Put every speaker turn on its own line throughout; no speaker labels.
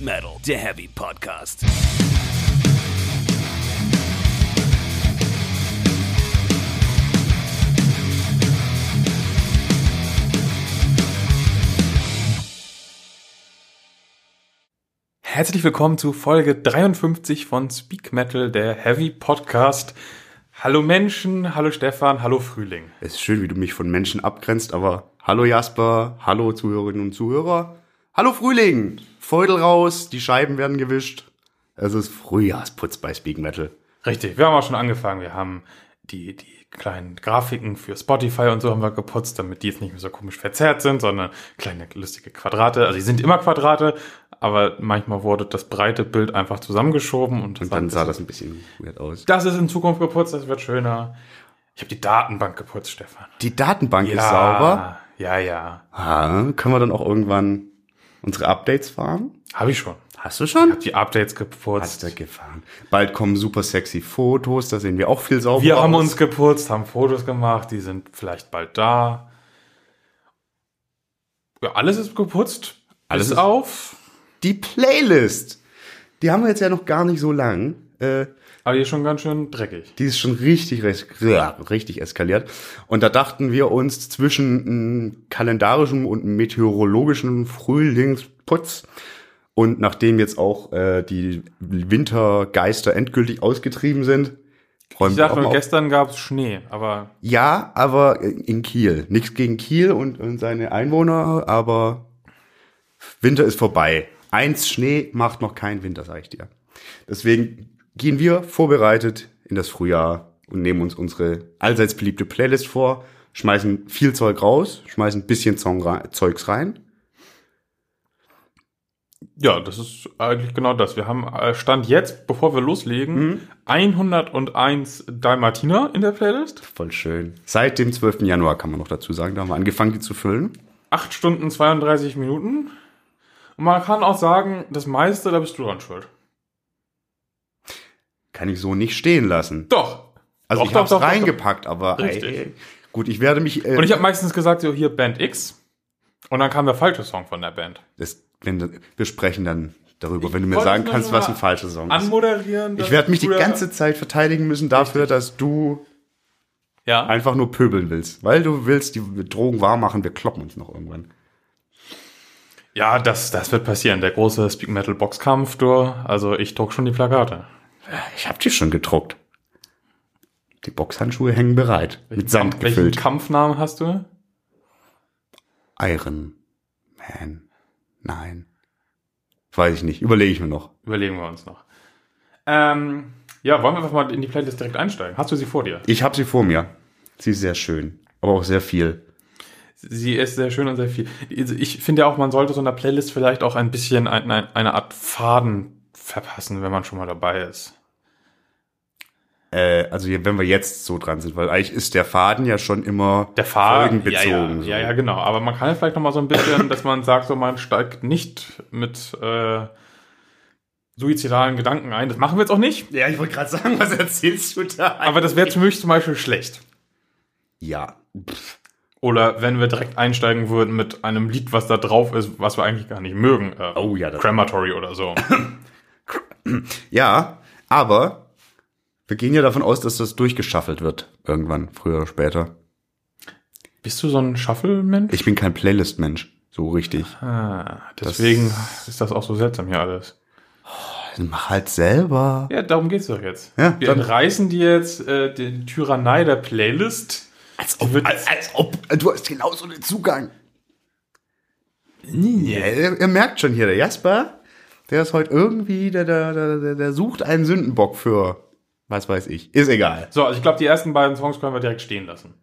Metal, der Heavy Podcast.
Herzlich willkommen zu Folge 53 von Speak Metal, der Heavy Podcast. Hallo Menschen, hallo Stefan, hallo Frühling.
Es ist schön, wie du mich von Menschen abgrenzt, aber hallo Jasper, hallo Zuhörerinnen und Zuhörer. Hallo Frühling! Feudel raus, die Scheiben werden gewischt. Es ist Frühjahrsputz bei Speak Metal.
Richtig, wir haben auch schon angefangen. Wir haben die, die kleinen Grafiken für Spotify und so haben wir geputzt, damit die jetzt nicht mehr so komisch verzerrt sind, sondern kleine lustige Quadrate. Also die sind immer Quadrate, aber manchmal wurde das breite Bild einfach zusammengeschoben und,
Und
hat-
dann sah das ein bisschen weird aus.
das ist in Zukunft geputzt, das wird schöner. Ich habe die Datenbank geputzt, Stefan.
Die Datenbank ist sauber.
Ja, ja.
Ah, können wir dann auch irgendwann unsere Updates fahren?
Habe ich schon.
Hast du schon?
Die Updates
Hast
geputzt.
du gefahren. Bald kommen super sexy Fotos, da sehen wir auch viel sauber
Wir
aus.
haben uns geputzt, haben Fotos gemacht, die sind vielleicht bald da. Ja, alles ist geputzt.
Alles
Alles
ist-
auf.
die Playlist. Die haben wir jetzt ja noch gar nicht so lang. Äh,
Aber die ist schon ganz schön dreckig.
Die ist schon richtig, richtig, richtig eskaliert. Und da dachten wir uns zwischen einem kalendarischen und einem meteorologischen Frühlingsputz und nachdem jetzt auch äh, die Wintergeister endgültig ausgetrieben sind, räumen
Ich
wir auch
dachte
mal
nur,
auf.
gestern gab es Schnee, aber
Ja, aber in Kiel. Nichts gegen Kiel und, und seine Einwohner, aber Winter ist vorbei. Eins Schnee macht noch keinen Winter, sag ich dir. Deswegen gehen wir vorbereitet in das Frühjahr und nehmen uns unsere allseits beliebte Playlist vor, schmeißen viel Zeug raus, schmeißen ein bisschen Song rein, Zeugs rein.
ja, das ist eigentlich genau das. Wir haben äh, Stand jetzt, bevor wir loslegen,
Mhm.
101 Dalmatiner in der Playlist.
Voll schön. Seit dem 12. Januar kann man noch dazu sagen, da haben wir angefangen, die zu füllen.
8 Stunden 32 Minuten. Und man kann auch sagen, das meiste, da bist du dran schuld.
Kann ich so nicht stehen lassen.
Doch.
Also
Doch,
ich
doch,
hab's
doch, doch, doch.
reingepackt, aber
Richtig.
ey, gut, ich werde mich. äh,
Und ich habe meistens gesagt, so hier Band X. Und dann kam der falsche Song von der Band.
Das, wenn, wir sprechen dann darüber,
Ich
wenn du mir
wollte
sagen
es nur
kannst,
noch mal
was ein falscher Song ist.
Anmoderieren. dass
Ich werde mich die
du da-
ganze Zeit verteidigen müssen dafür, dass du
Ja.
einfach nur pöbeln willst. Weil du willst die Drogen wahr machen, wir kloppen uns noch irgendwann.
Ja, das, das wird passieren. Der große Speak Metal Boxkampf, du. Also ich druck schon die Plakate.
Ich hab die schon gedruckt. Die Boxhandschuhe hängen bereit. mit Sand
Welchen
gefüllt.
Kampfnamen hast du?
Iron Man. Nein. Weiß ich nicht. Überlege ich mir noch.
Überlegen wir uns noch. Ähm, ja, wollen wir einfach mal in die Playlist direkt einsteigen? Hast du sie vor dir?
Ich habe sie vor mir. Sie ist sehr schön. Aber auch sehr viel.
Sie ist sehr schön und sehr viel. Also, Ich finde ja auch, man sollte so einer Playlist vielleicht auch ein bisschen ein, ein, eine Art Faden verpassen, wenn man schon mal dabei ist.
Äh, also hier- wenn wir jetzt so dran sind, weil eigentlich ist der Faden ja schon immer
Der Faden.
folgenbezogen.
Ja, ja, ja, ja, genau. Aber man kann ja vielleicht nochmal so ein bisschen, dass man sagt, so man steigt nicht mit äh, suizidalen Gedanken ein. Das machen wir jetzt auch nicht.
so. ja ich wollte gerade sagen, was erzählst du da?
Aber das wäre für mich zum Beispiel schlecht.
ja,
Oder wenn wir direkt einsteigen würden mit einem Lied, was da drauf ist, was wir eigentlich gar nicht mögen. Äh,
Oh ja, das-
Crematory oder so.
ja, aber wir gehen ja davon aus, dass das durchgeschaffelt wird irgendwann, früher oder später.
Bist du so ein Shuffle-Mensch?
Ich bin kein Playlist-Mensch, so richtig.
Ah, deswegen ist das auch so seltsam hier alles.
Mach halt selber.
Ja, darum geht's doch jetzt.
Ja,
wir
dann-
entreißen dir jetzt äh, die Tyrannei der Playlist.
Als
wird-
als ob du hast genauso den Zugang.
Nee.
Ja, ihr, ihr merkt schon hier, der Jasper, der ist heute irgendwie, der, der, der, der, der sucht einen Sündenbock für, was weiß ich. Ist egal.
So, also ich glaube, die ersten beiden Songs können wir direkt stehen lassen.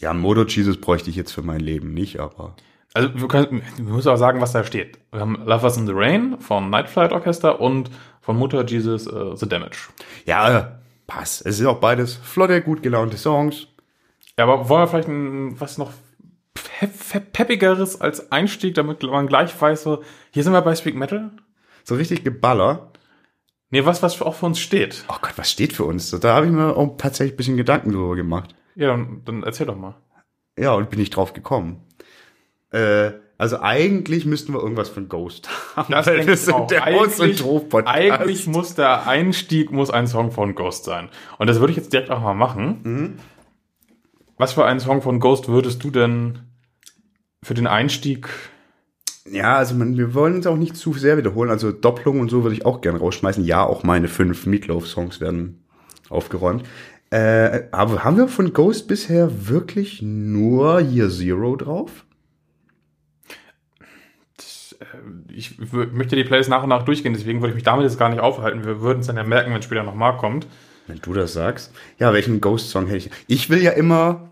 Ja, Modo Jesus bräuchte ich jetzt für mein Leben nicht, aber.
Also wir, können, wir müssen auch sagen, was da steht. Wir haben Lovers in the Rain vom Night Flight Orchester und von Mutter Jesus äh, The Damage.
Ja, passt. Es sind auch beides flotte, gut gelaunte Songs.
Ja, aber wollen wir vielleicht ein, was noch pe pe peppigeres als Einstieg, damit man gleich weiß, so, hier sind wir bei Speak Metal?
So richtig Geballer.
Nee, was, was auch für uns steht.
Oh Gott, was steht für uns? Da habe ich mir auch tatsächlich ein bisschen Gedanken drüber gemacht.
Ja, dann, dann erzähl doch mal.
Ja, und bin ich drauf gekommen. Äh, Also eigentlich müssten wir irgendwas von Ghost haben.
Das
Weil
denke ich auch. eigentlich,
Ostentroph-Podcast.
eigentlich muss der Einstieg muss ein Song von Ghost sein. Und das würde ich jetzt direkt auch mal machen. Was für einen Song von Ghost würdest du denn für den Einstieg?
Ja, also man, wir wollen uns auch nicht zu sehr wiederholen. Also Doppelung und so würde ich auch gerne rausschmeißen. Ja, auch meine fünf Meatloaf-Songs werden aufgeräumt. Äh, aber haben wir von Ghost bisher wirklich nur Year Zero drauf?
Ich wür- möchte die Plays nach und nach durchgehen, deswegen würde ich mich damit jetzt gar nicht aufhalten. Wir würden es dann ja merken, wenn es später nochmal kommt.
Wenn du das sagst. Ja, welchen Ghost-Song hätte ich? Ich will ja immer,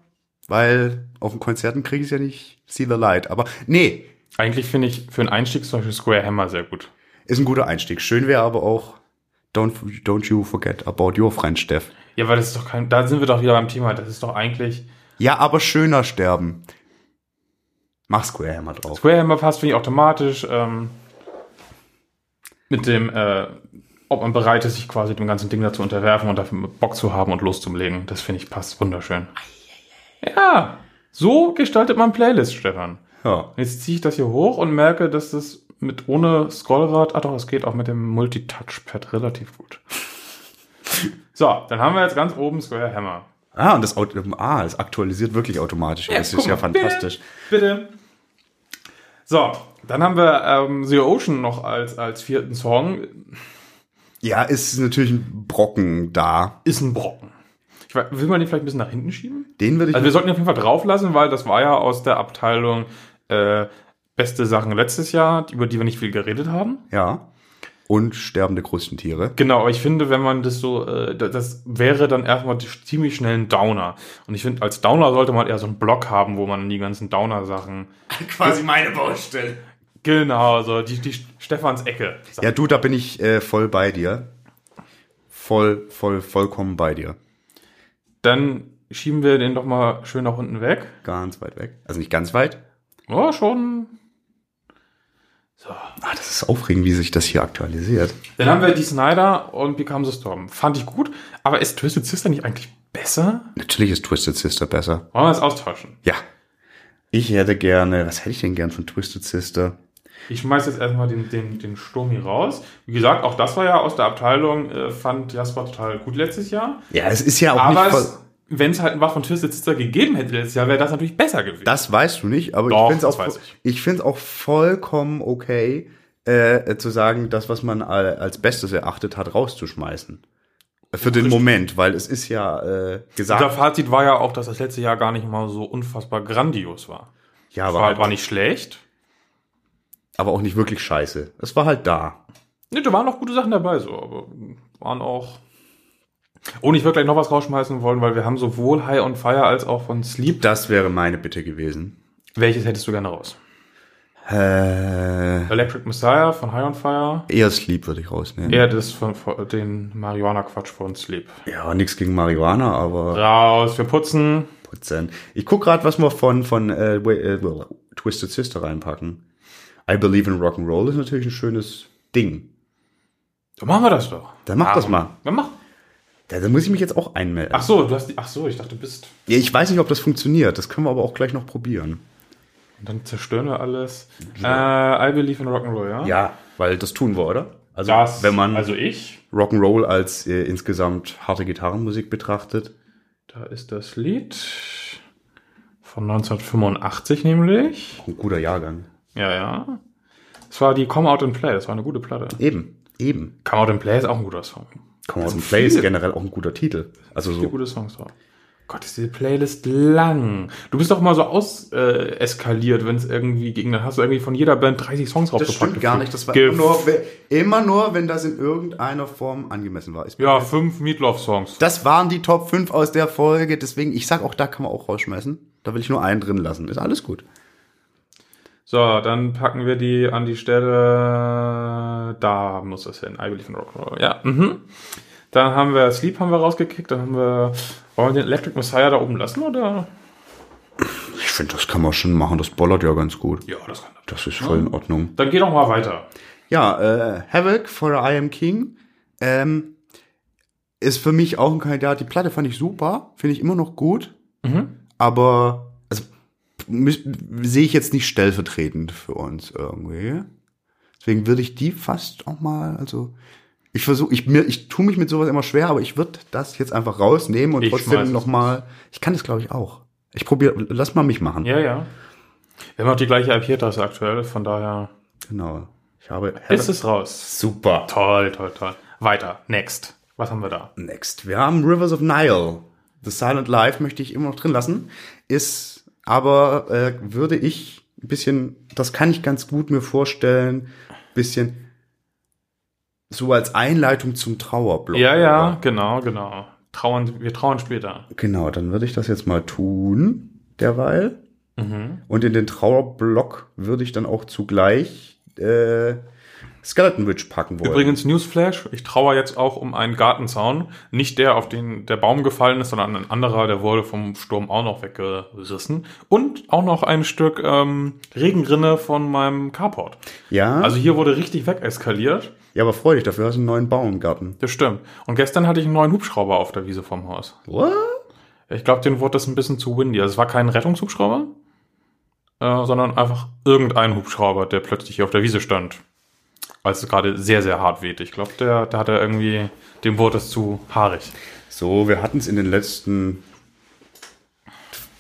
weil auf den Konzerten kriege ich ja nicht See the Light. Aber nee,
Eigentlich finde ich für einen Einstieg zum Beispiel Square Hammer sehr gut.
ist ein guter Einstieg. Schön wäre aber auch Don't, don't you forget about your friend Steff.
Ja, weil das ist doch kein, da sind wir doch wieder beim Thema. Das ist doch eigentlich,
Ja, aber schöner sterben. Mach Square Hammer drauf.
Square Hammer passt, finde ich, automatisch. Ähm, mit dem, äh, ob man bereit ist, sich quasi dem ganzen Ding dazu unterwerfen und dafür Bock zu haben und loszulegen. Das finde ich passt wunderschön. Ja, so gestaltet man Playlist, Stefan.
Ja.
Jetzt ziehe ich das hier hoch und merke, dass das mit ohne Scrollrad, ah doch, es geht auch mit dem Multitouchpad relativ gut. So, dann haben wir jetzt ganz oben Square Hammer.
Ah, und das, Auto- ah, das aktualisiert wirklich automatisch. das
guck
ist ja
mal,
fantastisch.
Bitte. So, dann haben wir ähm, The Ocean noch als, als vierten Song.
Ja, ist natürlich ein Brocken da.
Ist ein Brocken. Ich weiß, will man den vielleicht ein bisschen nach hinten schieben?
Den würde ich.
Also wir sollten ihn auf jeden Fall drauf lassen, weil das war ja aus der Abteilung äh, beste Sachen letztes Jahr, über die wir nicht viel geredet haben.
ja. Und sterbende Krustentiere.
Genau, aber ich finde, wenn man das so, äh, da- das wäre dann erstmal ziemlich schnell ein Downer. Und ich finde, als Downer sollte man eher so einen Block haben, wo man die ganzen Downer-Sachen.
Quasi meine Baustelle.
Genau, so die, die Stefans Ecke.
Ja, du, da bin ich äh, voll bei dir. Voll, voll, vollkommen bei dir.
Dann schieben wir den doch mal schön nach unten weg.
Ganz weit weg. Also nicht ganz weit.
Ja, schon.
Ah, das ist aufregend, wie sich das hier aktualisiert.
Dann haben wir die Snyder und Become the Storm. Fand ich gut, aber ist Twisted Sister nicht eigentlich besser?
Natürlich ist Twisted Sister besser.
Wollen wir es austauschen?
Ja. Ich hätte gerne, was hätte ich denn gern von Twisted Sister?
Ich schmeiß jetzt erstmal den, den, den Sturm hier raus. Wie gesagt, auch das war ja aus der Abteilung, äh, fand Jasper total gut letztes Jahr.
Ja, es ist ja auch
Aber
nicht voll.
es- wenn es halt ein Wach von Twisted Sister gegeben hätte letztes Jahr, wäre das natürlich besser gewesen.
Das weißt du nicht, aber
Doch,
ich finde es
das
auch,
weiß
ich. find's auch vollkommen okay, äh, äh, zu sagen, das, was man all- als Bestes erachtet hat, rauszuschmeißen. Äh, Für den Moment, weil es ist ja äh, gesagt.
Unser Fazit war ja auch, dass das letzte Jahr gar nicht mal so unfassbar grandios war.
ja,
Aber
aber,
war, halt,
halt,
war nicht schlecht.
aber auch nicht wirklich scheiße. Es war halt da.
Ne, da waren auch gute Sachen dabei, so, aber waren auch. Und ich würde gleich noch was rausschmeißen wollen, weil wir haben sowohl High on Fire als auch von Sleep.
Das wäre meine Bitte gewesen.
Welches hättest du gerne raus?
Äh,
Electric Messiah von High on Fire.
eher Sleep würde ich rausnehmen.
Eher das von, von den Marihuana-Quatsch von Sleep.
Ja, nichts gegen Marihuana, aber
Raus, wir putzen.
Prozent. Ich guck gerade, was wir von von äh, Wa- äh, Twisted Sister reinpacken. I Believe in Rock'n'Roll ist natürlich ein schönes Ding.
Dann machen wir das doch. Ah.
Dann mach das mal.
Dann mach.
Da, da muss ich mich jetzt auch einmelden.
Ach so, du hast die, ach so, ich dachte, du bist.
Ja, ich weiß nicht, ob das funktioniert. Das können wir aber auch gleich noch probieren.
Und dann zerstören wir alles. Äh, I believe in Rock'n'Roll, ja?
Ja, weil das tun wir, oder? Also
Das,
wenn man
also ich,
Rock'n'Roll als äh, insgesamt harte Gitarrenmusik betrachtet.
da ist das Lied von 1985 nämlich.
Ein guter Jahrgang.
Ja, ja. Es war die Come Out and Play, das war eine gute Platte.
Eben, eben.
Come Out and Play ist auch ein guter Song.
Come out
sind
and play ist
viele.
generell auch ein guter Titel. Also
Viele
so.
gute Songs drauf. Gott, ist diese Playlist lang. Du bist doch mal so aus äh, eskaliert, wenn es irgendwie ging. Dann hast du irgendwie von jeder Band 30 Songs draufgepackt. gefühlt. Gef-
we- immer nur, wenn das in irgendeiner Form angemessen war. Ist-
Ja, fünf Meatloaf-Songs.
Das waren die Top 5 aus der Folge. Deswegen, ich sag auch, da kann man auch rausschmeißen. Da will ich nur einen drin lassen. Ist alles gut.
So, dann packen wir die an die Stelle. Da muss das hin. I believe in Rock'n'Roll. Ja, mhm. Dann haben wir Sleep haben wir rausgekickt. Dann haben wir. Wollen wir den Electric Messiah da oben lassen oder?
Ich finde, das kann man schon machen. Das bollert ja ganz gut.
Ja, das kann.
Das ist voll in Ordnung.
Dann geh doch mal weiter.
Ja, äh, Havoc for I Am King ähm, ist für mich auch ein
Mhm.
Kandidat. Die Platte fand ich super, finde ich immer noch gut. Aber also, müß- sehe ich jetzt nicht stellvertretend für uns irgendwie. Deswegen würde ich die fast auch mal, also ich versuche, ich mir, ich tue mich mit sowas immer schwer, aber ich würde das jetzt einfach rausnehmen und
Ich schmeiß
trotzdem
es
noch mal. Ich kann das, glaube ich, auch. Ich probiere, lass mal mich machen.
Ja, ja. Wir haben auch die gleiche IP-Adresse aktuell, von daher
Genau. Ich habe
ist es raus.
super.
Toll, toll, toll. Weiter. Next. Was haben wir da?
Next. Wir haben Rivers of Nile. The Silent Life möchte ich immer noch drin lassen. Ist aber äh, würde ich ein bisschen, das kann ich ganz gut mir vorstellen, bisschen so als Einleitung zum Trauerblock.
ja, ja,
oder?
genau, genau. Trauern, wir trauern später.
Genau, dann würde ich das jetzt mal tun, derweil. Und in den Trauerblock würde ich dann auch zugleich äh, Skeleton Witch packen wollen.
Übrigens, Newsflash, ich trauere jetzt auch um einen Gartenzaun. Nicht der, auf den der Baum gefallen ist, sondern ein anderer, der wurde vom Sturm auch noch weggerissen. Und auch noch ein Stück ähm, Regenrinne von meinem Carport.
ja,
Also hier wurde richtig wegeskaliert.
ja, aber freu dich, dafür hast du einen neuen Baum im Garten.
Das stimmt. Und gestern hatte ich einen neuen Hubschrauber auf der Wiese vom Haus.
What?
Ich glaube, den wurde das ein bisschen zu windy. Also es war kein Rettungshubschrauber, äh, sondern einfach irgendein Hubschrauber, der plötzlich hier auf der Wiese stand. Als es gerade sehr, sehr hart wehte. Ich glaube, der, der hatte irgendwie, dem wurde es zu haarig.
So, wir hatten es in den letzten,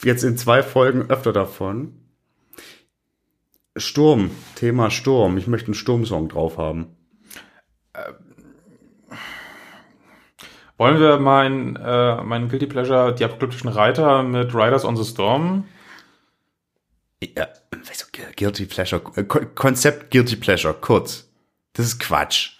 jetzt in zwei Folgen öfter davon. Sturm, Thema Sturm. Ich möchte einen Sturmsong drauf haben.
Wollen wir meinen äh, mein Guilty Pleasure, die apokalyptischen Reiter mit Riders on the Storm?
Ja, weißt du, Gu- Guilty Pleasure, äh, Ko- Konzept Guilty Pleasure, kurz. Das ist Quatsch.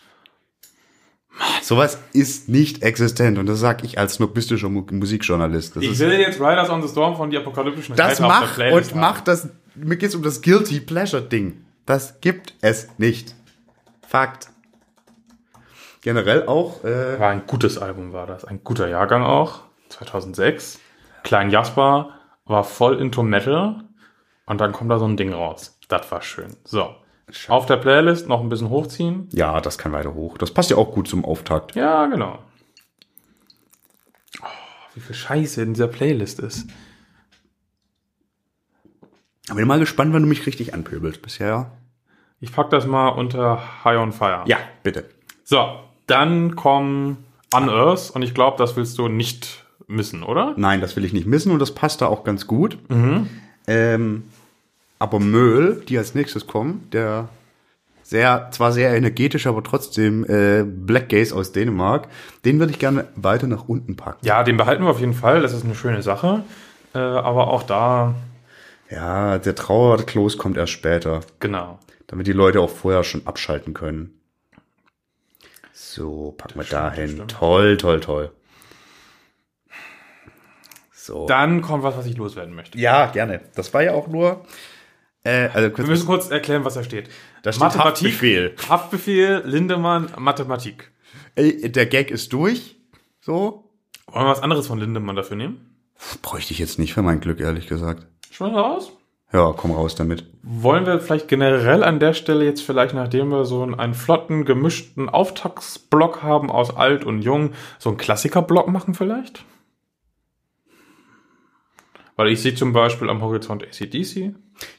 Sowas ist nicht existent und das sag ich als snobistischer Mu Musikjournalist. Das,
Ich
ist,
will jetzt Riders on the Storm von die apokalyptischen
das
Reiter
mach und
haben.
mach das. Mir geht's um das Guilty Pleasure Ding. Das gibt es nicht. Fakt. Generell auch. Äh,
War ein gutes Album, war das. Ein guter Jahrgang auch. 2006. Klein Jasper war voll into Metal. Und dann kommt da so ein Ding raus. Das war schön. So. Auf der Playlist noch ein bisschen hochziehen.
ja, das kann weiter hoch. Das passt ja auch gut zum Auftakt.
Ja, genau. Oh, wie viel Scheiße in dieser Playlist ist.
Bin mal gespannt, wann du mich richtig anpöbelst bisher.
Ich pack das mal unter High on Fire.
Ja, bitte.
So, dann kommen Unearth. Und ich glaube, das willst du nicht missen, oder?
Nein, das will ich nicht missen und das passt da auch ganz gut. Ähm, aber Möhl, die als nächstes kommen, der sehr, zwar sehr energetisch, aber trotzdem äh, Black Gaze aus Dänemark, den würde ich gerne weiter nach unten packen.
Ja, den behalten wir auf jeden Fall. Das ist eine schöne Sache. Äh, aber auch da,
Ja, der Trauerklos kommt erst später,
genau.
damit die Leute auch vorher schon abschalten können. So, packen wir dahin. Toll, toll, toll. So.
Dann kommt was, was ich loswerden möchte.
ja, gerne. Das war ja auch nur. Äh, also kurz
Wir müssen kurz erklären, was da steht.
Da steht Haftbefehl.
Haftbefehl, Lindemann, Mathematik.
Ey, äh, der Gag ist durch. So.
Wollen wir was anderes von Lindemann dafür nehmen?
Bräuchte ich jetzt nicht für mein Glück, ehrlich gesagt.
Schon raus?
Ja, komm raus damit.
Wollen wir vielleicht generell an der Stelle jetzt vielleicht, nachdem wir so einen, einen flotten, gemischten Auftaktsblock haben aus alt und jung, so einen Klassikerblock machen vielleicht? Weil ich sehe zum Beispiel am Horizont ACDC.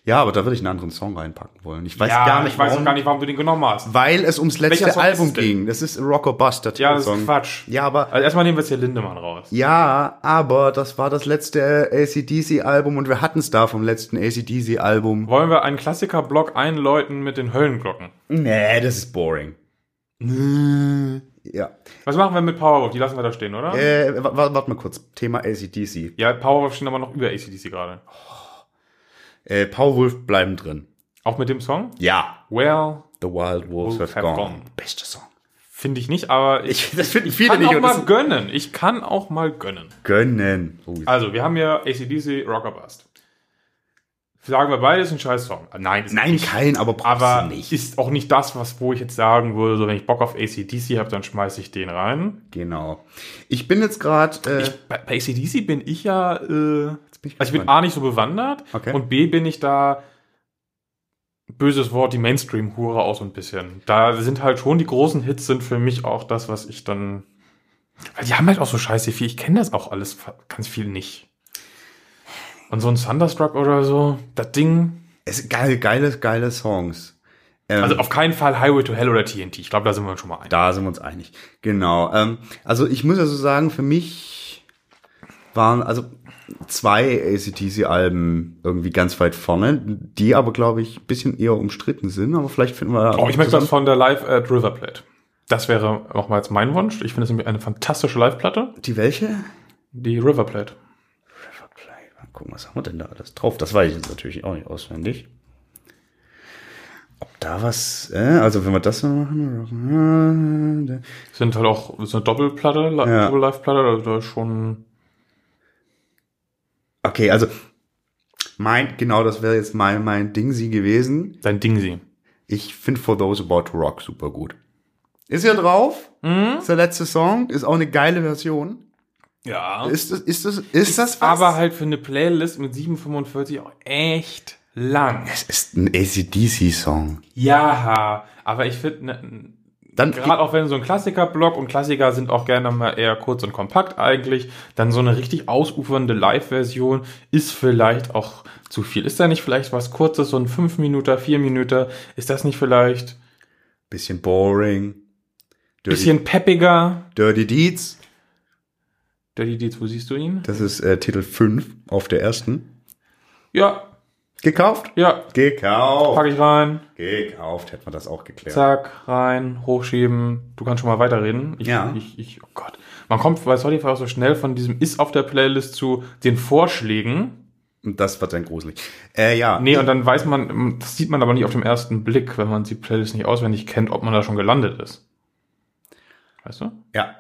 Ja, aber da würde ich einen anderen Song reinpacken wollen. Ich weiß
Ja,
gar nicht,
ich weiß auch
warum.
gar nicht, warum du den genommen hast.
Weil es ums
Welcher
letzte
Song
Album
ist es denn?
ging. Das ist Rocker Bust, der
Ja, das
Titelsong.
ist Quatsch.
Ja, aber,
Also erstmal nehmen wir jetzt hier Lindemann raus.
ja, aber das war das letzte ACDC-Album und wir hatten es da vom letzten ACDC-Album.
Wollen wir einen Klassikerblock einläuten mit den Höllenglocken?
Nee, das ist boring. Ja.
Was machen wir mit Powerwolf? Die lassen wir da stehen, oder?
Äh, wa- wa- warte mal kurz. Thema ACDC.
Ja, Powerwolf stehen aber noch über ACDC gerade.
Äh, Paul Wolf bleiben drin.
Auch mit dem Song?
Ja.
Well,
The Wild Wolves
Wolves
Have,
have
gone.
gone.
Bester Song.
finde ich nicht, aber ich,
Ich, das finden
ich
viele
kann
nicht.
auch
Und
mal
das
gönnen. Ich kann auch mal gönnen.
gönnen. Oh,
Also, wir haben hier ACDC, Rocker Bust. Sagen wir beide, ist ein scheiß Song. Äh, Nein, ist
Nein, kein, aber brauchst
aber
du nicht.
ist auch nicht das, was, wo ich jetzt sagen würde, so wenn ich Bock auf ACDC habe, dann schmeiße ich den rein.
Genau. Ich bin jetzt gerade. Äh,
Bei, bei ACDC bin ich ja, äh,
jetzt bin ich
Also ich bin
gespannt.
A nicht so bewandert
Okay.
und B bin ich da böses Wort, die Mainstream-Hure auch so ein bisschen. Da sind halt schon die großen Hits sind für mich auch das, was ich dann. Weil die haben halt auch so scheiße viel. Ich kenne das auch alles fa- ganz viel nicht. Und so ein Thunderstruck oder so, das Ding.
Es geil, geile, geile Songs. Ähm,
Also auf keinen Fall Highway to Hell oder TNT. Ich glaube, da sind wir uns schon mal ein.
Da sind wir uns einig. Genau. Ähm, also ich muss also sagen, für mich waren also zwei ACDC-Alben irgendwie ganz weit vorne, die aber, glaube ich, ein bisschen eher umstritten sind, aber vielleicht finden wir.
Oh, ich möchte was von der Live at River Plate. Das wäre nochmals mein Wunsch. Ich finde es nämlich eine fantastische Live-Platte.
Die welche?
Die River Plate.
Mal gucken, was haben wir denn da alles drauf? Das weiß ich jetzt natürlich auch nicht auswendig. Ob da was, äh, also wenn wir das so machen, äh,
Sind halt auch, ist eine Doppelplatte, Li-
Ja.
Doppel-Live-Platte, da- da ist schon,
okay, also mein, genau, das wäre jetzt mein, mein Ding sie gewesen.
dein Ding sie.
Ich finde For Those About to Rock super gut. Ist ja drauf.
Mhm.
Ist der letzte Song. Ist auch eine geile Version.
Ja.
Ist das, ist das, ist, das was?
aber halt für eine Playlist mit 7,45 auch echt lang.
es ist ein ACDC-Song.
Ja, aber ich finde, ne,
Dann,
gerade auch wenn so ein Klassiker-Block und Klassiker sind auch gerne mal eher kurz und kompakt eigentlich, dann so eine richtig ausufernde Live-Version ist vielleicht auch zu viel. Ist da nicht vielleicht was Kurzes, so ein 5 Minuten, 4 Minuten, ist das nicht vielleicht
bisschen boring.
ein
Dirty,
bisschen peppiger?
Dirty Deeds.
Dirty Deeds, wo siehst du ihn?
Das ist äh, Titel 5 auf der ersten.
Ja,
Gekauft?
ja,
Gekauft.
packe ich rein.
Gekauft. Hätten wir das auch geklärt.
Zack, rein, hochschieben. Du kannst schon mal weiterreden. Ich,
Ja.
Ich, ich, oh Gott. Man kommt bei Spotify auch so schnell von diesem Ist auf der Playlist zu den Vorschlägen.
Und das wird dann gruselig. Äh, ja.
Nee, und dann weiß man, das sieht man aber nicht auf dem ersten Blick, wenn man die Playlist nicht auswendig kennt, ob man da schon gelandet ist. Weißt du?
Ja.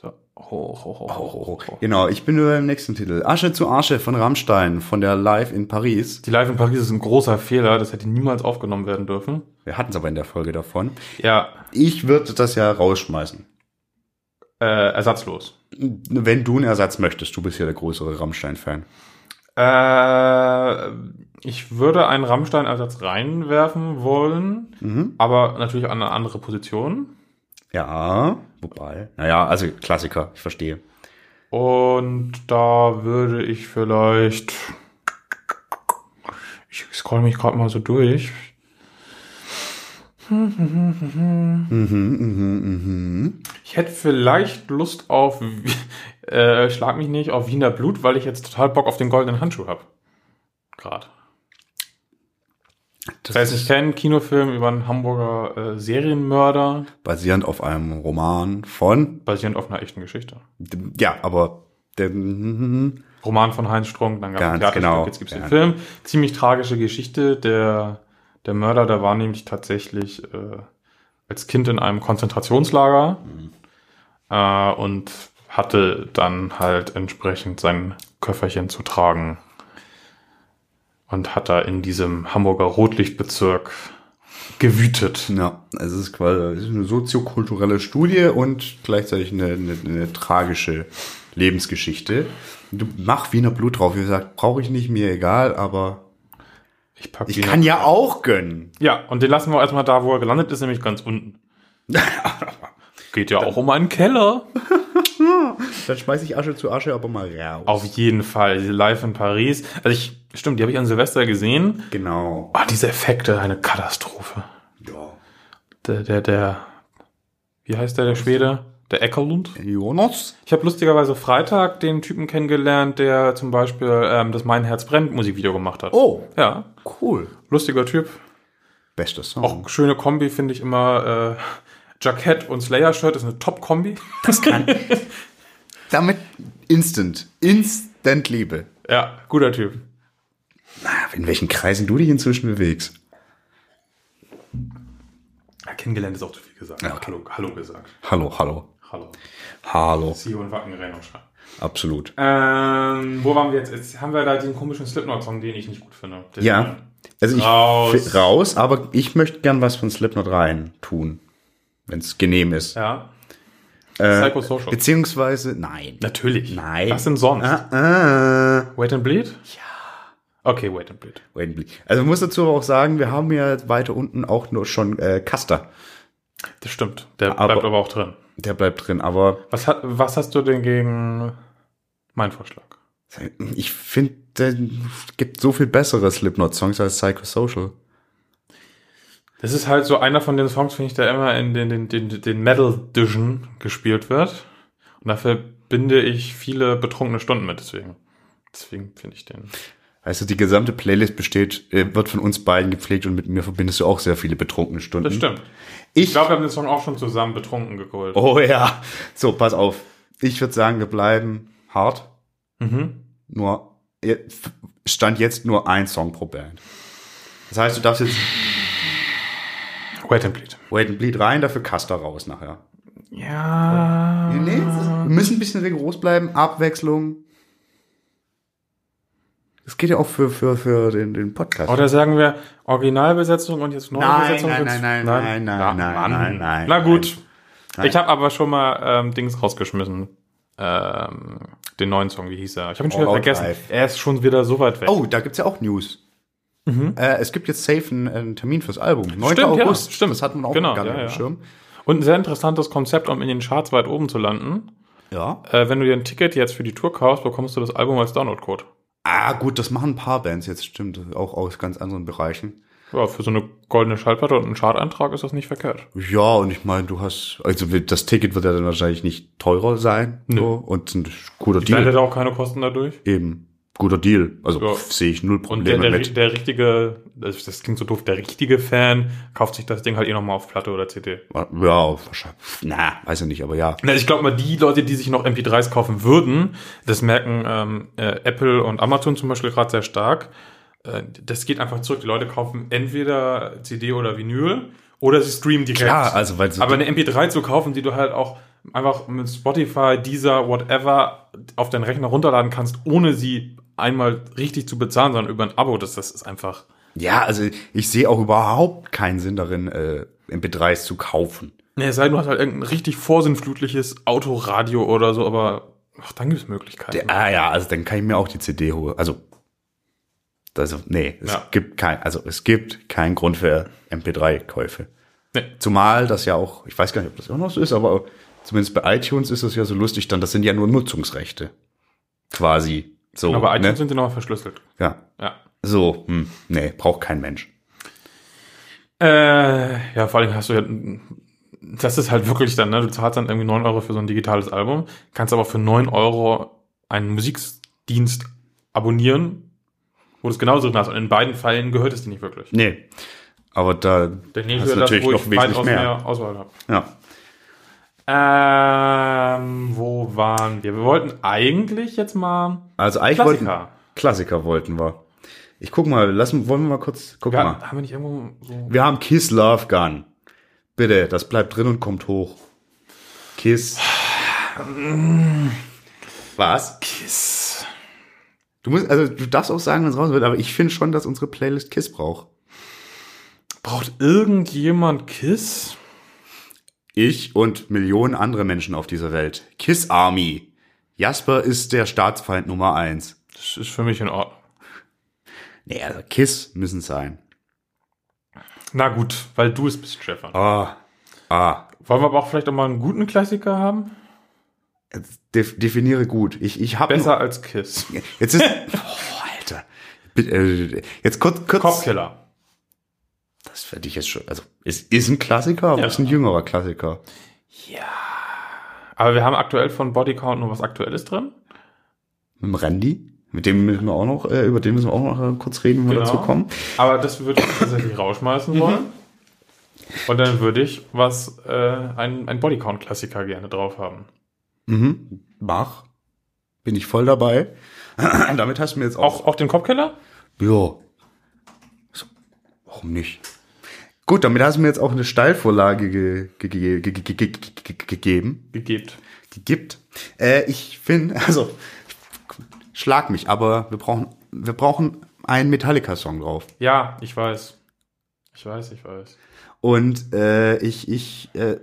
So. Hoch, hoch, hoch,
Oh, oh,
hoch,
oh.
hoch.
Genau, ich bin nur beim nächsten Titel. Asche zu Asche von Rammstein, von der Live in Paris.
Die Live in Paris ist ein großer Fehler, das hätte niemals aufgenommen werden dürfen.
Wir hatten es aber in der Folge davon.
Ja,
Ich würde das ja rausschmeißen.
äh, ersatzlos.
Wenn du einen Ersatz möchtest, du bist ja der größere Rammstein-Fan.
Äh, ich würde einen Rammstein-Ersatz reinwerfen wollen.
Mhm.
aber natürlich an eine andere Position.
Ja, wobei. Naja, also Klassiker, ich verstehe.
Und da würde ich vielleicht. Ich scroll mich gerade mal so durch.
Mhm.
Ich hätte vielleicht Lust auf, äh, schlag mich nicht, auf Wiener Blut, weil ich jetzt total Bock auf den goldenen Handschuh habe. Gerade. Das heißt, ich kenne einen Kinofilm über einen Hamburger äh, Serienmörder,
basierend auf einem Roman von.
basierend auf einer echten Geschichte.
Ja, aber. mhm, dem-
Roman von Heinz Strunk, dann gab es
Ganz
ein Theaterstück,
genau,
jetzt gibt es
ja.
den Film. Ziemlich tragische Geschichte. Der, der Mörder, der war nämlich tatsächlich äh, als Kind in einem Konzentrationslager
Mhm.
äh, und hatte dann halt entsprechend sein Köfferchen zu tragen und hat da in diesem Hamburger Rotlichtbezirk gewütet.
Ja, es ist quasi es ist eine soziokulturelle Studie und gleichzeitig eine, eine, eine tragische Lebensgeschichte. Du mach Wiener Blut drauf. Wie gesagt, brauche ich nicht, mir egal, aber
Ich, pack
ich
die-
kann ja auch gönnen.
ja, und den lassen wir erstmal da, wo er gelandet ist, nämlich ganz unten. Geht ja auch um einen Keller.
Dann schmeiß ich Asche zu Asche aber mal raus.
Auf jeden Fall. Diese Live in Paris. Also ich, stimmt, die habe ich an Silvester gesehen.
Genau.
Ah, diese Effekte, eine Katastrophe.
Ja.
Der, der, der, wie heißt der, der Schwede? Der Eckerlund?
Jonas?
Ich habe lustigerweise Freitag den Typen kennengelernt, der zum Beispiel ähm, das Mein Herz brennt Musikvideo gemacht hat.
Oh,
Ja,
cool.
lustiger Typ.
Bester Song.
Auch schöne Kombi finde ich immer. Äh, Jackett und Slayer-Shirt ist eine Top-Kombi.
das kann. Damit instant. Instant Liebe.
Ja, guter Typ.
Ah, In welchen Kreisen du dich inzwischen bewegst.
Ja, kennengelernt ist auch zu viel gesagt.
Ja, okay.
Hallo, hallo gesagt.
Hallo, hallo.
Hallo.
Hallo.
Sio und Wacken Rheinland.
Absolut.
Ähm, wo waren wir jetzt? Jetzt haben wir da den komischen Slipknot-Song, den ich nicht gut finde. Den
Ja. Also ich
Raus.
fi- raus, aber ich möchte gern was von Slipknot rein tun, wenn es genehm ist.
Ja.
Äh,
Psychosocial.
Beziehungsweise nein.
Natürlich.
Nein.
Was denn sonst?
Ah, ah.
Wait and Bleed? Ja. Okay, Wait and Bleed.
Wait and bleed. Also man muss dazu aber auch sagen, wir haben ja weiter unten auch nur schon äh, Custer.
Das stimmt. Der
Aber-
bleibt aber auch drin.
Der bleibt drin, aber
Was, hat, was hast du denn gegen meinen Vorschlag?
ich finde der gibt so viel bessere Slipknot-Songs als Psychosocial.
Das ist halt so einer von den Songs, finde ich, der immer in den, den, den, den Metal-Division gespielt wird. Und dafür binde ich viele betrunkene Stunden mit, deswegen. Deswegen finde ich den.
Also die gesamte Playlist besteht, äh, wird von uns beiden gepflegt und mit mir verbindest du auch sehr viele betrunkene Stunden.
Das stimmt. Ich
Mhm. Ich,
glaube, wir haben den Song auch schon zusammen betrunken geholt.
oh ja. So, pass auf. Ich würde sagen, wir bleiben hart.
Mhm.
Nur äh, stand jetzt nur ein Song pro Band. Das heißt, du darfst jetzt
Wait and Bleed.
Wait and Bleed rein, dafür Custer raus nachher.
Ja.
Nee, es ist- wir müssen ein bisschen rigoros bleiben, Abwechslung. Das geht ja auch für, für, für den, den Podcast.
Oder sagen wir Originalbesetzung und jetzt neue
Nein,
Besetzung?
nein,
jetzt-
nein, nein, nein,
Na,
nein,
Mann.
nein, nein,
Na gut.
nein.
Ich habe aber schon mal ähm, Dings rausgeschmissen. Ähm, den neuen Song, wie hieß er? Ich habe ihn schon wieder
Fallout
vergessen.
Live.
Er ist schon wieder so weit weg.
Oh, da gibt's ja auch News. Äh, es gibt jetzt safe einen, einen Termin fürs Album. 9.
Mhm. Stimmt, ja,
August.
stimmt.
Das hat man auch
Genau,
gar nicht
ja,
auf
ja.
dem Schirm.
Und ein sehr interessantes Konzept, um in den Charts weit oben zu landen.
Ja.
Äh, wenn du dir ein Ticket jetzt für die Tour kaufst, bekommst du das Album als Downloadcode.
Ah, gut, das machen ein paar Bands jetzt, stimmt. Auch aus ganz anderen Bereichen.
Ja, für so eine goldene Schallplatte und einen Chart-Eintrag ist das nicht verkehrt.
Ja, und ich meine, du hast, also wir- das Ticket wird ja dann wahrscheinlich nicht teurer sein.
Nö.
So, und ein guter
Die Band
Deal.
hat auch keine Kosten dadurch.
Eben. Guter Deal. Also
Ja.
pf, sehe ich null
Und der, der,
Probleme mit.
der richtige, das, das klingt so doof, der richtige Fan kauft sich das Ding halt eh nochmal auf Platte oder CD.
Ja, wahrscheinlich. Na, weiß ich nicht, aber ja.
Na, ich glaube mal, die Leute, die sich noch MP3s kaufen würden, das merken ähm, äh, Apple und Amazon zum Beispiel gerade sehr stark. Äh, das geht einfach zurück. Die Leute kaufen entweder CD oder Vinyl oder sie streamen direkt.
Klar, also weil so
Aber eine MP3 zu kaufen, die du halt auch einfach mit Spotify, Deezer, whatever auf deinen Rechner runterladen kannst, ohne sie einmal richtig zu bezahlen, sondern über ein Abo, das, das ist einfach.
ja, also ich sehe auch überhaupt keinen Sinn darin, äh, MP3s zu kaufen.
Ne, es sei denn, du hast halt irgendein richtig vorsinnflutliches Autoradio oder so, aber ach, dann gibt es Möglichkeiten.
Der, ah ja, also dann kann ich mir auch die CD holen. Also, also nee, es
Ja.
gibt kein, also es gibt keinen Grund für MP3-Käufe.
Nee.
Zumal das ja auch, ich weiß gar nicht, ob das auch noch so ist, aber zumindest bei iTunes ist das ja so lustig, dann das sind ja nur Nutzungsrechte. Quasi. So.
aber iTunes
ne?
sind ja nochmal verschlüsselt.
Ja.
Ja.
So, hm, nee, braucht kein Mensch.
Äh, ja, vor allem hast du ja, das ist halt wirklich dann, ne, du zahlst dann irgendwie 9 Euro für so ein digitales Album, kannst aber für 9 Euro einen Musikdienst abonnieren, wo du es genauso drin hast. Und in beiden Fällen gehört es dir nicht wirklich.
Nee. Aber da
Dann
hast du natürlich noch wesentlich
weitaus
mehr.
Auswahl habe.
Ja.
Ähm, wo waren wir? Wir wollten eigentlich jetzt mal
Also eigentlich wollten
Klassiker.
Klassiker wollten wir. Ich guck mal, lassen, wollen wir mal kurz, guck mal.
Ja, haben wir nicht irgendwo so.
Wir haben Kiss Love Gun. Bitte, das bleibt drin und kommt hoch. Kiss. Was?
Kiss.
Du musst, also du darfst auch sagen, wenn es raus wird, aber ich finde schon, dass unsere Playlist Kiss braucht.
Braucht irgendjemand Kiss?
Ich und Millionen andere Menschen auf dieser Welt. Kiss Army. Jasper ist der Staatsfeind Nummer eins.
Das ist für mich in Ordnung.
Nee, also Kiss müssen sein.
Na gut, weil du es bist, Stefan.
Ah. Ah.
Wollen wir aber auch vielleicht auch mal einen guten Klassiker haben?
Jetzt Äh, Def definiere gut. Ich, ich hab
Besser als Kiss.
Nur, jetzt ist. Oh, Alter. Bitte, äh, Jetzt kurz, kurz.
Copkiller.
Das fände ich jetzt schon. Also, es ist ein Klassiker, aber
Ja.
es ist ein jüngerer Klassiker.
Aber wir haben aktuell von Bodycount nur was Aktuelles drin.
Mit dem Randy, mit dem müssen wir auch noch, äh, über den müssen wir auch noch äh, kurz reden, wenn wir
Genau.
dazu kommen.
Aber das würde ich tatsächlich
Mhm.
rausschmeißen wollen. Und dann würde ich was, äh, einen, einen Bodycount-Klassiker gerne drauf haben.
Mhm. Mach. Bin ich voll dabei. Damit hast du mir jetzt auch.
Auch, auch den Copkiller?
Ja. So, warum nicht? Gut, damit hast du mir jetzt auch eine Steilvorlage ge ge ge ge ge ge ge ge gegeben.
Gegebt.
gibt. Äh, ich finde, also schlag mich, aber wir brauchen, wir brauchen einen Metallica-Song drauf.
Ja, ich weiß. Ich weiß, ich weiß.
Und äh, ich, ich, äh,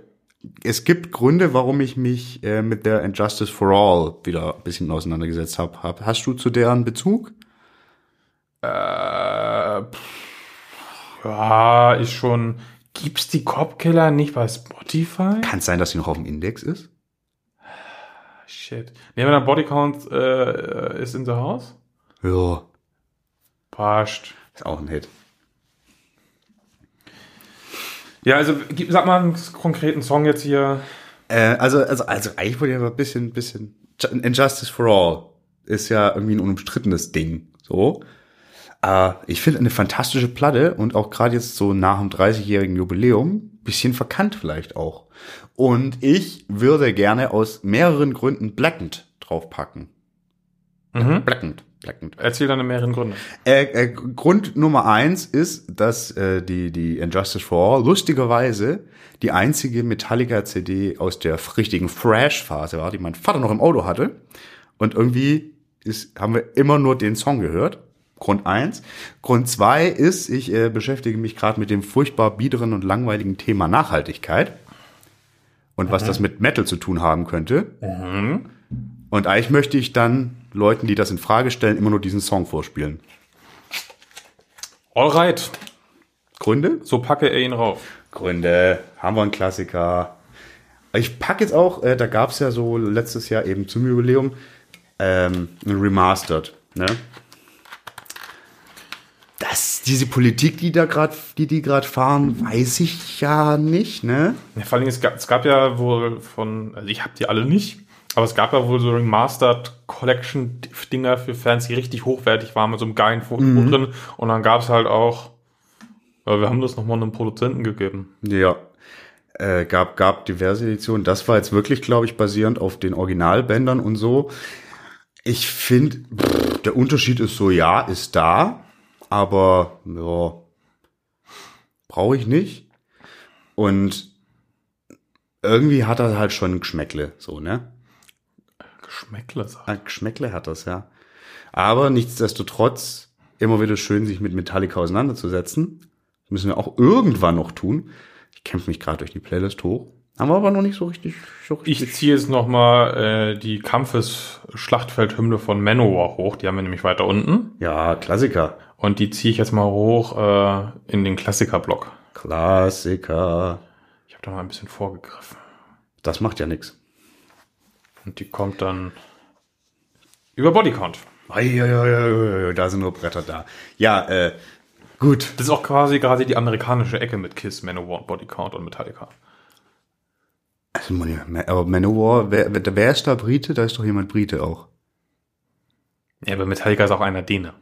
es gibt Gründe, warum ich mich äh, mit der Injustice for All wieder ein bisschen auseinandergesetzt habe. Hab, hast du zu deren Bezug?
Äh, pff, ja, ist schon. Gibt's die Copkiller nicht bei Spotify?
Kann es sein, dass sie noch auf dem Index ist?
Shit. Nehmen wir dann Bodycount äh, ist in the house?
Ja,
Passt.
ist auch ein Hit.
Ja, also gib- sag mal einen konkreten Song jetzt hier.
Äh, also, also, also eigentlich wollte ich aber ein bisschen, bisschen. Ju- Injustice for All ist ja irgendwie ein unumstrittenes Ding. So. Aber ich finde eine fantastische Platte und auch gerade jetzt so nach dem 30-jährigen Jubiläum, bisschen verkannt vielleicht auch. Und ich würde gerne aus mehreren Gründen Blackened draufpacken.
Mhm.
Blackened, Blackened.
Erzähl deine mehreren Gründe.
Äh, äh, Grund Nummer eins ist, dass äh, die, die Injustice for All lustigerweise die einzige Metallica-CD aus der richtigen Thrash-Phase war, die mein Vater noch im Auto hatte. Und irgendwie ist, haben wir immer nur den Song gehört. Grund eins. Grund zwei ist, ich äh, beschäftige mich gerade mit dem furchtbar biederen und langweiligen Thema Nachhaltigkeit und was das mit Metal zu tun haben könnte. Und eigentlich möchte ich dann Leuten, die das in Frage stellen, immer nur diesen Song vorspielen.
Alright,
Gründe?
so packe er ihn rauf.
Gründe, haben wir einen Klassiker. Ich pack jetzt auch, äh, da gab's ja so letztes Jahr eben zum Jubiläum ähm, ein Remastered. Ne? Das, diese Politik, die da gerade, die die gerade fahren, weiß ich ja nicht. Ne?
Ja, vor allem, es gab, es gab ja wohl von, also ich hab die alle nicht, aber es gab ja wohl so Remastered Collection Dinger für Fans, die richtig hochwertig waren mit so einem geilen Foto drin. Und dann gab's halt auch, äh, wir haben das nochmal einem Produzenten gegeben.
Ja. Äh, gab, gab diverse Editionen. Das war jetzt wirklich, glaube ich, basierend auf den Originalbändern und so. Ich finde, der Unterschied ist so, ja, ist da, aber ja, brauche ich nicht. Und irgendwie hat er halt schon ein Geschmäckle, so, ne?
Geschmäckle, sag
Ein Geschmäckle hat das, ja. Aber nichtsdestotrotz immer wieder schön, sich mit Metallica auseinanderzusetzen. Das müssen wir auch irgendwann noch tun. Ich kämpfe mich gerade durch die Playlist hoch. Haben wir aber noch nicht so richtig. So richtig
Ich ziehe jetzt nochmal äh, die Kampfes-Schlachtfeldhymne von Manowar hoch. Die haben wir nämlich weiter unten.
ja, Klassiker.
Und die ziehe ich jetzt mal hoch äh, in den Klassiker-Block.
Klassiker.
Ich habe da mal ein bisschen vorgegriffen.
Das macht ja nichts.
Und die kommt dann über Bodycount.
Da sind nur Bretter da. Ja, äh, gut.
Das ist auch quasi gerade die amerikanische Ecke mit Kiss, Manowar, Bodycount und Metallica.
Also, Man- aber Manowar, wer, wer wer ist da Brite? Da ist doch jemand Brite auch.
Ja, aber Metallica ist auch einer Däne.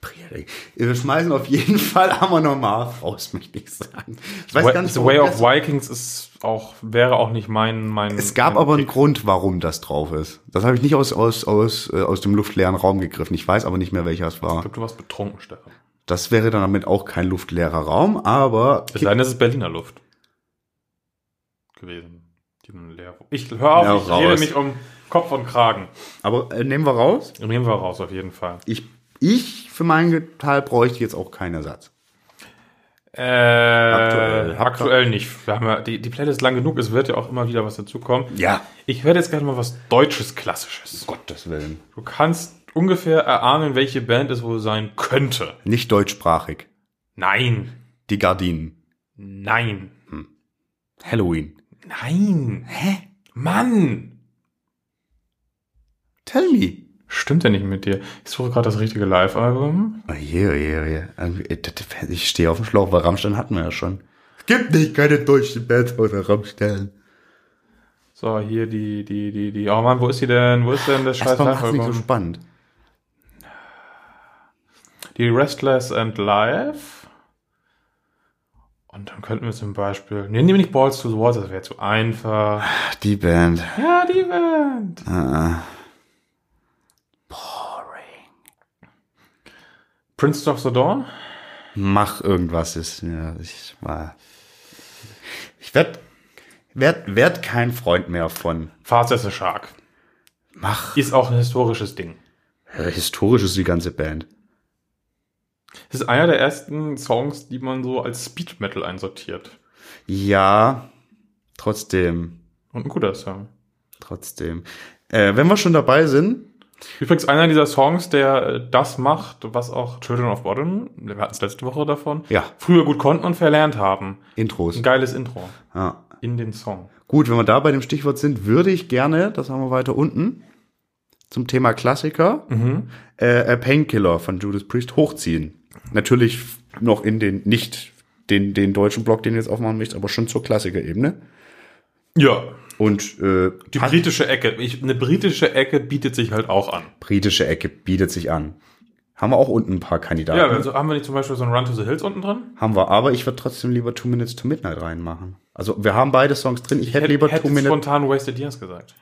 Priory. Wir schmeißen auf jeden Fall Amon-Amarth raus, möchte ich sagen. Ich weiß
Way,
gar nicht,
The
warum
Way of
das-
Vikings ist auch, wäre auch nicht mein... mein
Es gab
mein
aber einen
Pick.
Grund, warum das drauf ist. Das habe ich nicht aus, aus, aus, äh, aus dem luftleeren Raum gegriffen. Ich weiß aber nicht mehr, welcher es
Ich
war.
glaube, du warst betrunken, Stefan.
Das wäre dann damit auch kein luftleerer Raum, aber
Es sei denn, es ist Berliner Luft gewesen. Die nun leer. Ich höre auf,
Ja,
ich rede
raus.
mich um Kopf und Kragen.
aber äh, nehmen wir raus.
Nehmen wir raus, auf jeden Fall.
Ich, ich für meinen Teil bräuchte jetzt auch keinen Ersatz.
Äh, aktuell,
Hab-
aktuell nicht. Wir haben ja, die, die Playlist ist lang genug, es wird ja auch immer wieder was dazukommen.
Ja.
Ich höre jetzt gerne mal was Deutsches Klassisches.
Gottes Willen.
Du kannst ungefähr erahnen, welche Band es wohl sein könnte.
Nicht deutschsprachig.
Nein.
Die Gardinen.
Nein.
Halloween.
Nein. Hä? Mann!
Tell me.
Stimmt ja nicht mit dir. Ich suche gerade das richtige Live-Album.
Oje, oje, oje. Irgendwie, äh, das- das- Ich stehe auf dem Schlauch, weil Rammstein hatten wir ja schon. Es gibt nicht keine deutsche Band oder Rammstein.
So, hier die, die, die, die. Oh Mann, wo ist die denn? Wo ist denn das scheiß
Erstmal macht's nicht so
Live-Album?
spannend.
Die Restless and Live. Und dann könnten wir zum Beispiel. Ne, nehmen wir nicht Balls to the Walls, das wäre zu einfach.
Ach, die Band.
Ja, die Band. Prince of the Dawn?
Mach irgendwas ist. Ja, ich war. Ich werd, werd, werd kein Freund mehr von.
Fast as a Shark.
Mach.
Ist auch ein historisches Ding.
Äh, Historisch ist die ganze Band.
Das ist einer der ersten Songs, die man so als Speed Metal einsortiert.
Ja, trotzdem.
Und ein guter Song.
Trotzdem. Äh, wenn wir schon dabei sind,
Übrigens einer dieser Songs, der äh, das macht, was auch Children of Bodom, wir hatten es letzte Woche davon,
Ja.
früher gut konnten und verlernt haben.
Intros.
Ein geiles Intro
Ja.
in den Song.
Gut, wenn wir da bei dem Stichwort sind, würde ich gerne, das haben wir weiter unten, zum Thema Klassiker
Mhm.
äh, A Painkiller von Judas Priest hochziehen. Natürlich noch in den, nicht den, den deutschen Block, den du jetzt aufmachen möchtest, aber schon zur Klassiker-Ebene.
Ja.
Und äh,
Die
hat-
britische Ecke. Ich, eine britische Ecke bietet sich halt auch an.
britische Ecke bietet sich an. Haben wir auch unten ein paar Kandidaten.
Ja, also haben wir nicht zum Beispiel so einen Run to the Hills unten drin?
Haben wir, aber ich würde trotzdem lieber Two Minutes to Midnight reinmachen. Also wir haben beide Songs drin. Ich hätte lieber
Hätte
Two Minutes.
spontan Wasted Years gesagt.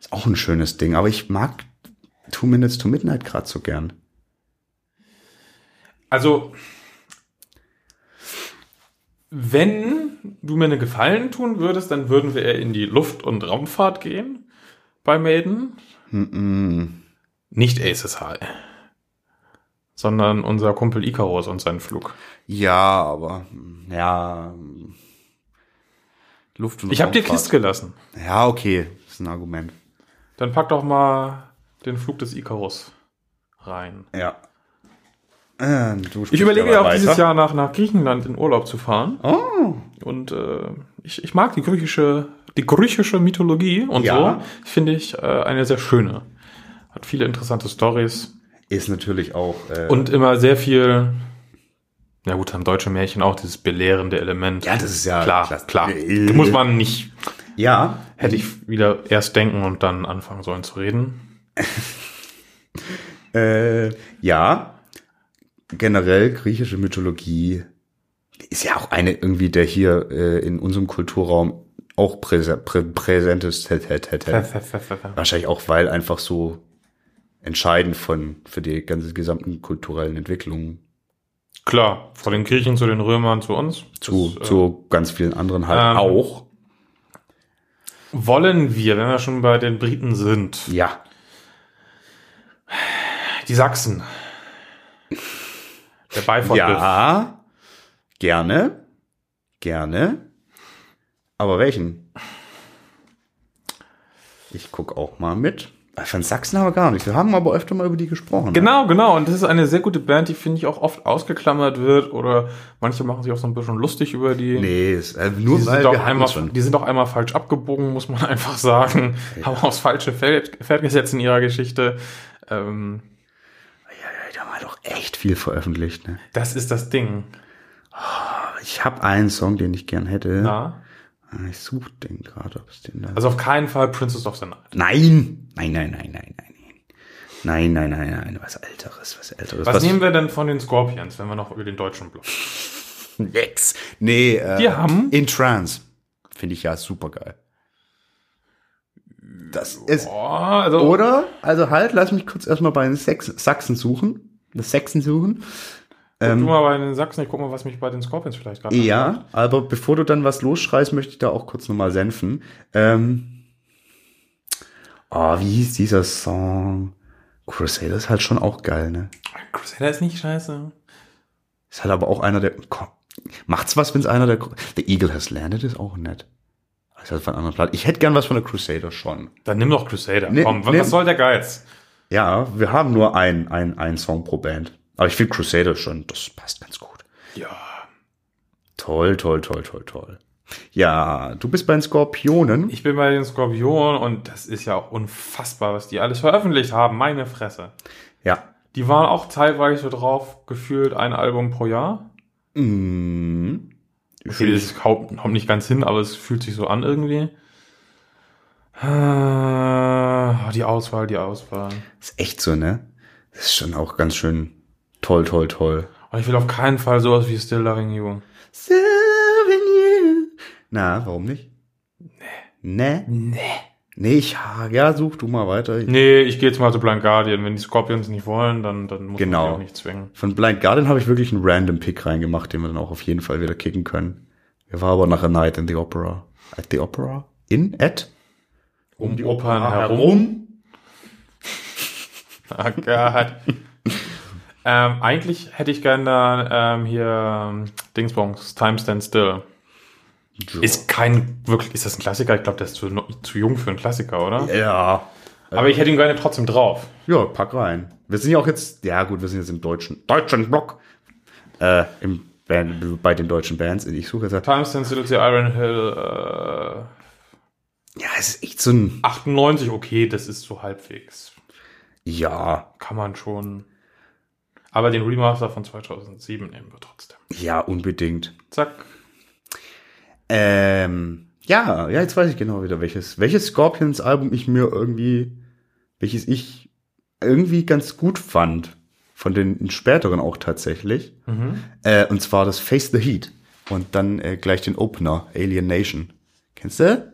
Ist auch ein schönes Ding, aber ich mag Two Minutes to Midnight gerade so gern.
Also, wenn du mir einen Gefallen tun würdest, dann würden wir eher in die Luft- und Raumfahrt gehen bei Maiden.
Hm,
Nicht Aces High, sondern unser Kumpel Icarus und seinen Flug.
Ja, aber mm, ja. mm. Luft und
Ich habe dir
Raumfahrt.
Kiste gelassen.
Ja, okay, ist ein Argument.
Dann pack doch mal den Flug des Icarus rein.
Ja. Ähm, du
Ich
sprichst
überlege
aber
ja auch
weiter.
dieses Jahr nach, nach Griechenland in Urlaub zu fahren.
Oh,
Und äh, ich, ich mag die griechische, die griechische Mythologie und
Ja.
so. Finde ich äh, eine sehr schöne. Hat viele interessante Stories
ist natürlich auch. Äh,
und immer sehr viel. Na gut, haben deutsche Märchen auch dieses belehrende Element.
Ja, das ist ja
klar.
klasse.
Klar,
Äh,
muss man nicht.
ja,
Hätte ich wieder erst denken und dann anfangen sollen zu reden.
Äh, ja, generell griechische Mythologie ist ja auch eine irgendwie der hier äh, in unserem Kulturraum auch präse, prä, präsent ist. Hä, hä, hä, hä. Wahrscheinlich auch, weil einfach so entscheidend von für die ganze gesamten kulturellen Entwicklungen
Klar, von den Griechen zu den Römern zu uns.
zu,
Das, äh,
zu ganz vielen anderen halt
ähm,
auch.
wollen wir, wenn wir schon bei den Briten sind,
Ja.
die Sachsen. Der Beifall.
Ja. Gerne. Gerne. Aber welchen? Ich guck auch mal mit. Äh, Von Sachsen haben wir gar nicht. Wir haben aber öfter mal über die gesprochen. ne?
Genau, genau. Und das ist eine sehr gute Band, die finde ich auch oft ausgeklammert wird oder manche machen sich auch so ein bisschen lustig über die.
Nee, ist, äh, nur
Die sind,
weil wir
auch
hatten
einmal,
schon.
die sind auch einmal falsch abgebogen, muss man einfach sagen. Haben aufs falsche Feld, Feld gesetzt in ihrer Geschichte. Ähm,
Die haben halt auch echt viel veröffentlicht. Ne?
das ist das Ding.
Aber Ich habe einen Song, den ich gern hätte. Ah,
Ja?
Ich suche den gerade, ob es den da.
Also auf keinen Fall Princess of the Night.
nein. nein, nein, nein, nein, nein, nein, nein, nein, nein, was Älteres, was Älteres.
Was, nehmen wir denn von den Scorpions, wenn wir noch über den deutschen Block?
Nix. Nee, äh,
Die haben-
In Trance. Finde ich ja super geil. Das ist.
Boah, also
Oder? Also halt, lass mich kurz erstmal bei den Sex Sachsen suchen. Das Sachsen suchen.
du mal bei den Sachsen, ich guck mal, was mich bei den Scorpions vielleicht gerade.
ähm, Ja, aber bevor du dann was losschreist, möchte ich da auch kurz nochmal senfen. Ähm, oh, wie hieß dieser Song? Crusader ist halt schon auch geil, ne?
Crusader ist nicht scheiße.
Ist halt aber auch einer der. Komm, macht's was, wenn's einer der. The Eagle Has Landed ist auch nett. Ist halt von einer anderen Platte. Ich hätte gern was von der Crusader schon.
Dann nimm doch Crusader.
Nee,
Komm,
nee.
was soll der Geiz?
Ja, wir haben nur ein, ein, ein Song pro Band. Aber ich finde Crusader schon, das passt ganz gut.
Ja.
Toll, toll, toll, toll, toll. Ja, du bist bei den Skorpionen.
Ich bin bei den Skorpionen und das ist ja auch unfassbar, was die alles veröffentlicht haben. Meine Fresse.
ja.
Die waren auch teilweise drauf, gefühlt ein Album pro Jahr.
Mhm.
Okay, das kommt, kommt nicht ganz hin, aber es fühlt sich so an irgendwie. Ah, Die Auswahl, die Auswahl.
Ist echt so, ne? Das ist schon auch ganz schön toll, toll, toll.
Und ich will auf keinen Fall sowas wie Still Loving You.
Serving you. Na, warum nicht? Nee. Nee? Nee, ich, ja, such du mal weiter.
Nee, ich gehe jetzt mal zu Blind Guardian. Wenn die Scorpions nicht wollen, dann, dann muss man
Genau.
die auch nicht zwingen.
Von Blind Guardian habe ich wirklich einen random Pick reingemacht, den wir dann auch auf jeden Fall wieder kicken können. Er war aber nach A Night in the Opera. At the Opera? In? At?
Um die Opern herum. Oh Gott. ähm, eigentlich hätte ich gerne da ähm, hier ähm, Dingsbongs, Time Stand Still. Ist kein wirklich, ist das ein Klassiker? Ich glaube, der ist zu, no- zu jung für einen Klassiker, oder?
Ja.
Aber ich hätte ihn gerne trotzdem drauf.
Ja, pack rein. Wir sind ja auch jetzt, ja gut, wir sind jetzt im deutschen, deutschen Block. Äh, im Band, bei den deutschen Bands. Ich suche jetzt. halt-
Time Stand Still to Iron Hill
Ja, es ist echt so ein,
äh, 98, okay, das ist so halbwegs.
Ja,
Kann man schon. Aber den Remaster von 2007 nehmen wir trotzdem.
ja, unbedingt.
Zack.
Ähm, ja, ja, jetzt weiß ich genau wieder, welches, welches Scorpions-Album ich mir irgendwie, welches ich irgendwie ganz gut fand. Von den späteren auch tatsächlich. Äh, und zwar das Face the Heat. Und dann äh, gleich den Opener, Alien Nation. Kennst du?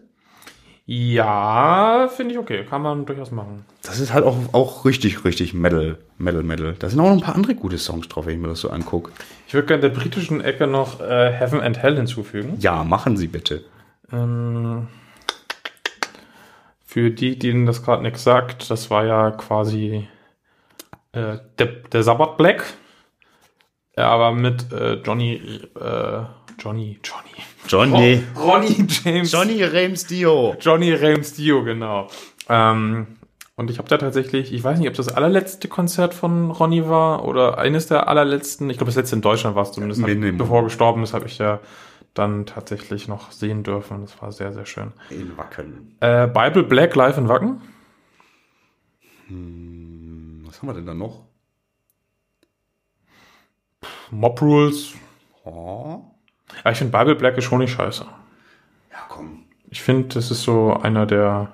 Ja, finde ich okay. Kann man durchaus machen.
Das ist halt auch, auch richtig, richtig Metal, Metal, Metal. Da sind auch noch ein paar andere gute Songs drauf, wenn ich mir das so angucke.
Ich würde gerne der britischen Ecke noch äh, Heaven and Hell hinzufügen.
Ja, machen Sie bitte.
Ähm, für die, denen das gerade nichts sagt, das war ja quasi äh, der, der Sabbath Black. Ja, aber mit äh, Johnny, äh, Johnny, Johnny.
Johnny.
Oh. Ronnie James.
Johnny Rames Dio.
Johnny Rames Dio, genau. Ähm, und ich habe da tatsächlich, ich weiß nicht, ob das allerletzte Konzert von Ronny war oder eines der allerletzten. Ich glaube, das letzte in Deutschland war es zumindest. Hab,
Minimum.
bevor er gestorben ist, habe ich ja dann tatsächlich noch sehen dürfen. Das war sehr, sehr schön.
In Wacken.
Äh, Bible Black Live in Wacken.
Was haben wir denn da noch?
Mob Rules.
Oh.
Ja, ich finde Bible Black ist schon nicht scheiße.
Ja, komm.
Ich finde, das ist so einer der,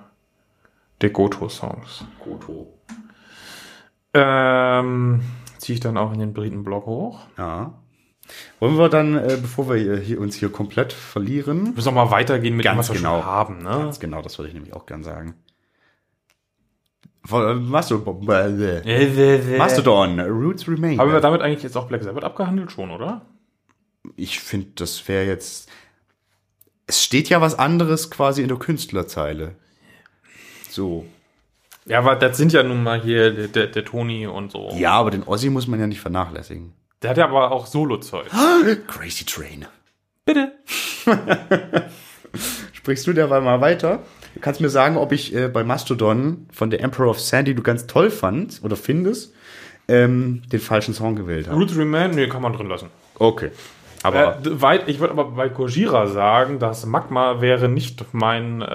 der Goto-Songs.
Koto.
Ähm, Ziehe ich dann auch in den Briten-Blog hoch.
Ja. Wollen wir dann, äh, bevor wir hier, hier, uns hier komplett verlieren.
müssen auch mal weitergehen mit dem,
Ganz
was wir
genau.
schon haben, ne?
Ganz genau, das würde ich nämlich auch gern sagen. Von, äh, Mastodon, äh, Mastodon, Roots Remain.
Haben wir damit eigentlich jetzt auch Black Sabbath abgehandelt schon, oder?
ich finde, das wäre jetzt. Es steht ja was anderes quasi in der Künstlerzeile. So.
Ja, aber das sind ja nun mal hier der, der, der Toni und so.
Ja, aber den Ossi muss man ja nicht vernachlässigen.
Der hat ja aber auch Solo-Zeug.
Crazy Train.
Bitte.
Sprichst du derweil mal weiter? Du kannst mir sagen, ob ich äh, bei Mastodon von The Emperor of Sandy du ganz toll fandst oder findest, ähm, den falschen Song gewählt habe.
Root Remain, nee, kann man drin lassen.
Okay.
Äh,
Aber
d- weit, ich würde aber bei Gojira sagen, das Magma wäre nicht mein, äh,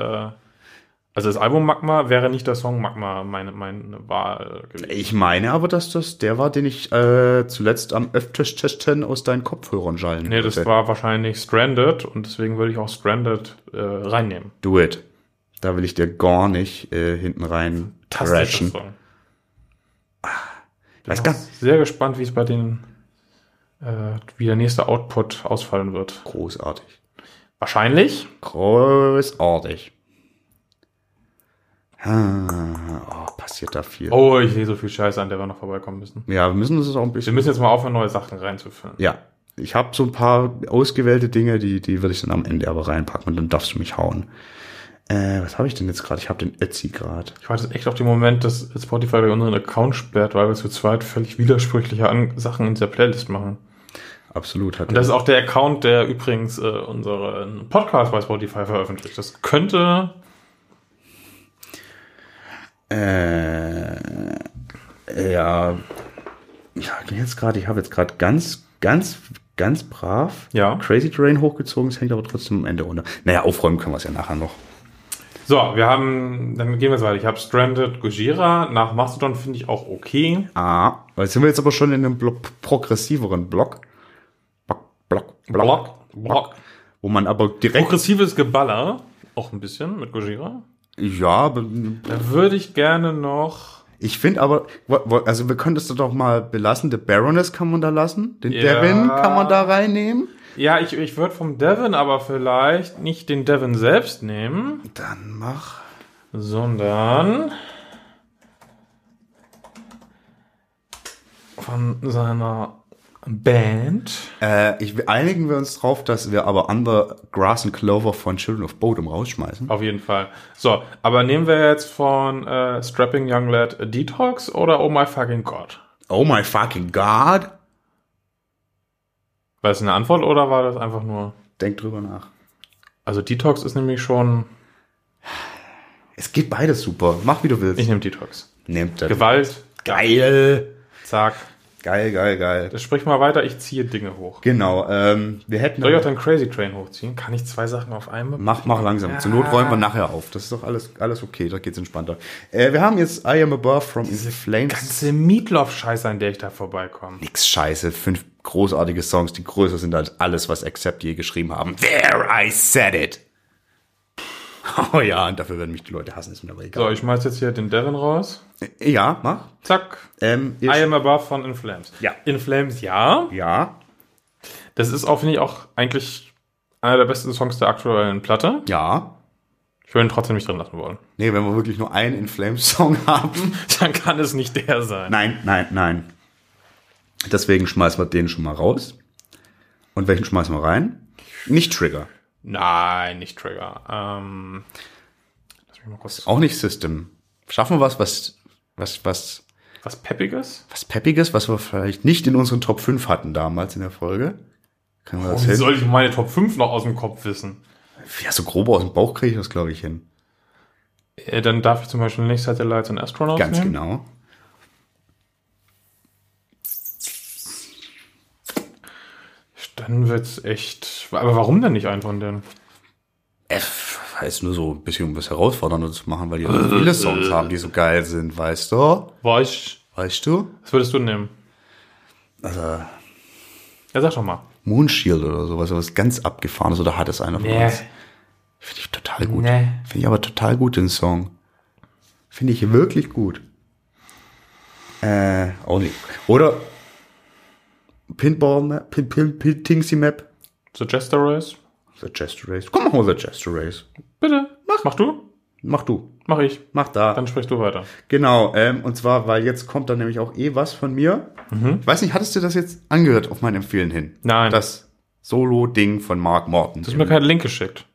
also das Album Magma wäre nicht der Song Magma meine, meine Wahl gewesen.
ich meine aber, dass das der war, den ich äh, zuletzt am öftesten aus deinen Kopfhörern schallen
Nee, das
wollte.
war wahrscheinlich Stranded und deswegen würde ich auch Stranded äh, reinnehmen.
Do it. Da will ich dir gar nicht äh, hinten rein
Fantastischer
crashen.
Song.
Weiß
bin
gar
auch sehr gespannt, wie es bei den, äh, wie der nächste Output ausfallen wird.
Großartig.
Wahrscheinlich.
Großartig. Ah, oh, passiert da viel.
Oh, ich sehe so viel Scheiße an, der wir noch vorbeikommen müssen.
Ja, wir müssen uns auch ein
Wir
bisschen.
müssen jetzt mal aufhören, neue Sachen reinzufüllen.
Ja. Ich habe so ein paar ausgewählte Dinge, die, die würde ich dann am Ende aber reinpacken und dann darfst du mich hauen. Äh, was habe ich denn jetzt gerade? Ich habe den Etsy gerade.
Ich warte jetzt echt auf den Moment, dass Spotify bei unseren Account sperrt, weil wir zu zweit völlig widersprüchliche an Sachen in dieser Playlist machen.
Absolut. Hat
Und das ist auch der Account, der übrigens äh, unseren Podcast bei Spotify veröffentlicht. Das könnte
Äh, ja. Ja, geh jetzt gerade, ich habe jetzt gerade ganz, ganz, ganz brav
Ja.
Crazy Terrain hochgezogen, es hängt aber trotzdem am Ende runter. Naja, aufräumen können wir es ja nachher noch.
So, wir haben, dann gehen wir jetzt weiter. Ich habe Stranded Gojira. Nach Mastodon finde ich auch okay.
Ah, weil jetzt sind wir jetzt aber schon in einem Blo progressiveren Block. Block, Block, Block,
Block, Block.
Wo man aber direkt.
Progressives Geballer. Auch ein bisschen mit Gojira.
Ja, aber
Da würde ich gerne noch.
ich finde aber, wo- wo- also wir können das doch mal belassen. The Baroness kann man da lassen. Den
Ja.
Devin kann man da reinnehmen.
Ja, ich, ich würde vom Devon aber vielleicht nicht den Devon selbst nehmen,
Dann mach.
sondern von seiner Band.
Äh, ich, einigen wir uns drauf, dass wir aber Under Grass and Clover von Children of Bodom rausschmeißen.
Auf jeden Fall. So, aber nehmen wir jetzt von äh, Strapping Young Lad Detox oder Oh My Fucking God?
Oh my fucking god.
War das eine Antwort oder war das einfach nur.
Denk drüber nach.
Also Detox ist nämlich schon.
Es geht beides super. Mach wie du willst.
Ich nehme Detox.
Nehmt das.
Gewalt,
Geil.
zack.
Geil, geil, geil.
Dann sprich mal weiter, ich ziehe Dinge hoch.
Genau, ähm, wir hätten.
Soll ich auch dann Crazy Train hochziehen? Kann ich zwei Sachen auf einmal?
Mach, mach langsam. Zur Not räumen wir nachher auf. Das ist doch alles, alles okay, da geht's entspannter. Äh, wir haben jetzt I Am Above from Diese Flames.
Ganze Meatloaf-Scheiße, an der ich da vorbeikomme.
Nix scheiße. Fünf großartige Songs, die größer sind als alles, was Accept je geschrieben haben. There, I said it. Oh ja, und dafür werden mich die Leute hassen, ist mir aber
So,
egal.
ich schmeiß jetzt hier den Devin raus.
Ja, mach.
Zack.
Ähm, ihr
I am above von In Flames.
Ja.
In Flames, ja.
ja,
Das ist auch, finde ich, auch eigentlich einer der besten Songs der aktuellen Platte.
ja.
Ich würde ihn trotzdem nicht drin lassen wollen.
Nee, wenn wir wirklich nur einen In Flames Song haben.
Dann kann es nicht der sein.
Nein, nein, nein. Deswegen schmeißen wir den schon mal raus. Und welchen schmeißen wir rein? Nicht Trigger.
Nein, nicht Trigger. Ähm, lass mich mal kurz.
Auch nicht System. Schaffen wir was, was, was, was,
Was Peppiges?
was Peppiges, was wir vielleicht nicht in unseren Top 5 hatten damals in der Folge? Können wir das
Wie
helfen?
soll ich meine Top 5 noch aus dem Kopf wissen?
Ja, so grob aus dem Bauch kriege ich das, glaube ich, hin.
Äh, dann darf ich zum Beispiel nicht Satellites und Astronauts
Ganz
nehmen.
genau.
Dann wird's echt. Aber warum denn nicht einen von denen?
F heißt nur so ein bisschen, um was Herausforderndes zu machen, weil die so viele Songs haben, die so geil sind, weißt du?
War ich.
Weißt du?
Was würdest du nehmen?
Also,
Ja, sag doch mal.
Moonshield oder sowas, was ganz abgefahren ist, oder hat es einer von uns? Finde ich total gut.
Nee.
Finde ich aber total gut, den Song. Finde ich wirklich gut. Äh, auch nicht. Oder Pinball Map, Pin, Pin, Pin, Tingsy Map.
Suggester Race?
The Chester Race. Komm, machen wir The Chester Race.
Bitte. Mach. Mach du?
Mach du.
Mach ich.
Mach da.
Dann sprichst du weiter.
genau, ähm, und zwar, weil jetzt kommt dann nämlich auch eh was von mir. Ich weiß nicht, hattest du das jetzt angehört auf mein Empfehlen hin?
Mhm. Nein.
Das Solo-Ding von Mark Morton.
Du hast mir keinen Link geschickt.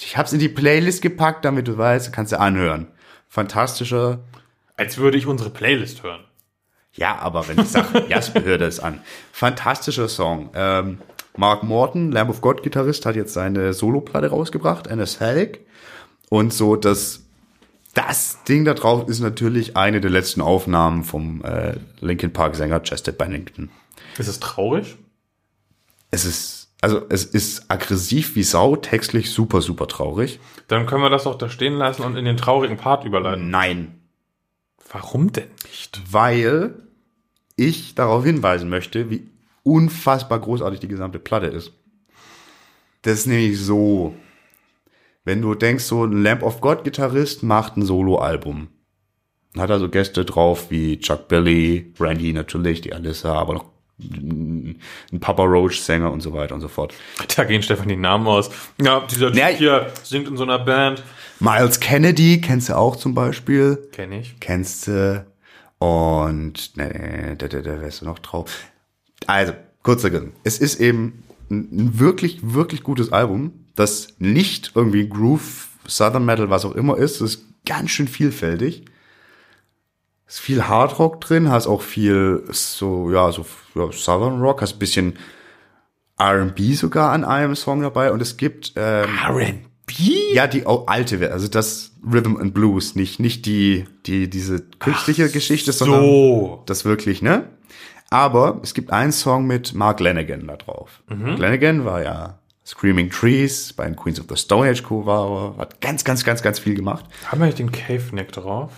Ich hab's in die Playlist gepackt, damit du weißt, kannst du anhören. Fantastischer.
Als würde ich unsere Playlist hören.
Ja, aber wenn ich sage, Jasper, hör das an. Fantastischer Song. Ähm, Mark Morton, Lamb of God Gitarrist, hat jetzt seine Soloplatte rausgebracht, NS Helg. Und so das, das Ding da drauf ist natürlich eine der letzten Aufnahmen vom äh, Linkin Park Sänger Chester Bennington.
Ist es traurig?
Es ist, also es ist aggressiv wie Sau, textlich super, super traurig.
Dann können wir das doch da stehen lassen und in den traurigen Part überleiten.
Nein,
Warum denn nicht?
weil ich darauf hinweisen möchte, wie unfassbar großartig die gesamte Platte ist. Das ist nämlich so, wenn du denkst, so ein Lamp of God Gitarrist macht ein Soloalbum. Hat also Gäste drauf wie Chuck Billy, Randy natürlich, die Alyssa, aber noch ein ein Papa Roach Sänger und so weiter und so fort.
Da gehen Stefan die Namen aus. Ja, dieser
Ja,
Typ
ich-
hier singt in so einer Band.
Miles Kennedy kennst du auch zum Beispiel.
Kenn ich.
kennst du. Und ne, ne, da, da, da wärst du noch drauf. Also, kurzer Grin. Es ist eben ein, ein wirklich, wirklich gutes Album, das nicht irgendwie Groove, Southern Metal, was auch immer ist. Es ist ganz schön vielfältig. Es ist viel Hard Rock drin, hast auch viel so, ja, so ja, Southern Rock, hast ein bisschen RB sogar an einem Song dabei und es gibt ähm,
R&B?
ja, die au- alte, Ver- also das Rhythm and Blues, nicht, nicht die, die, diese künstliche Geschichte, sondern
So.
das wirklich, ne? Aber es gibt einen Song mit Mark Lanigan da drauf.
Mhm.
Lanigan war ja Screaming Trees, bei den Queens of the Stone Age Cover, hat ganz, ganz, ganz, ganz viel gemacht.
Haben wir nicht den Cave Neck drauf?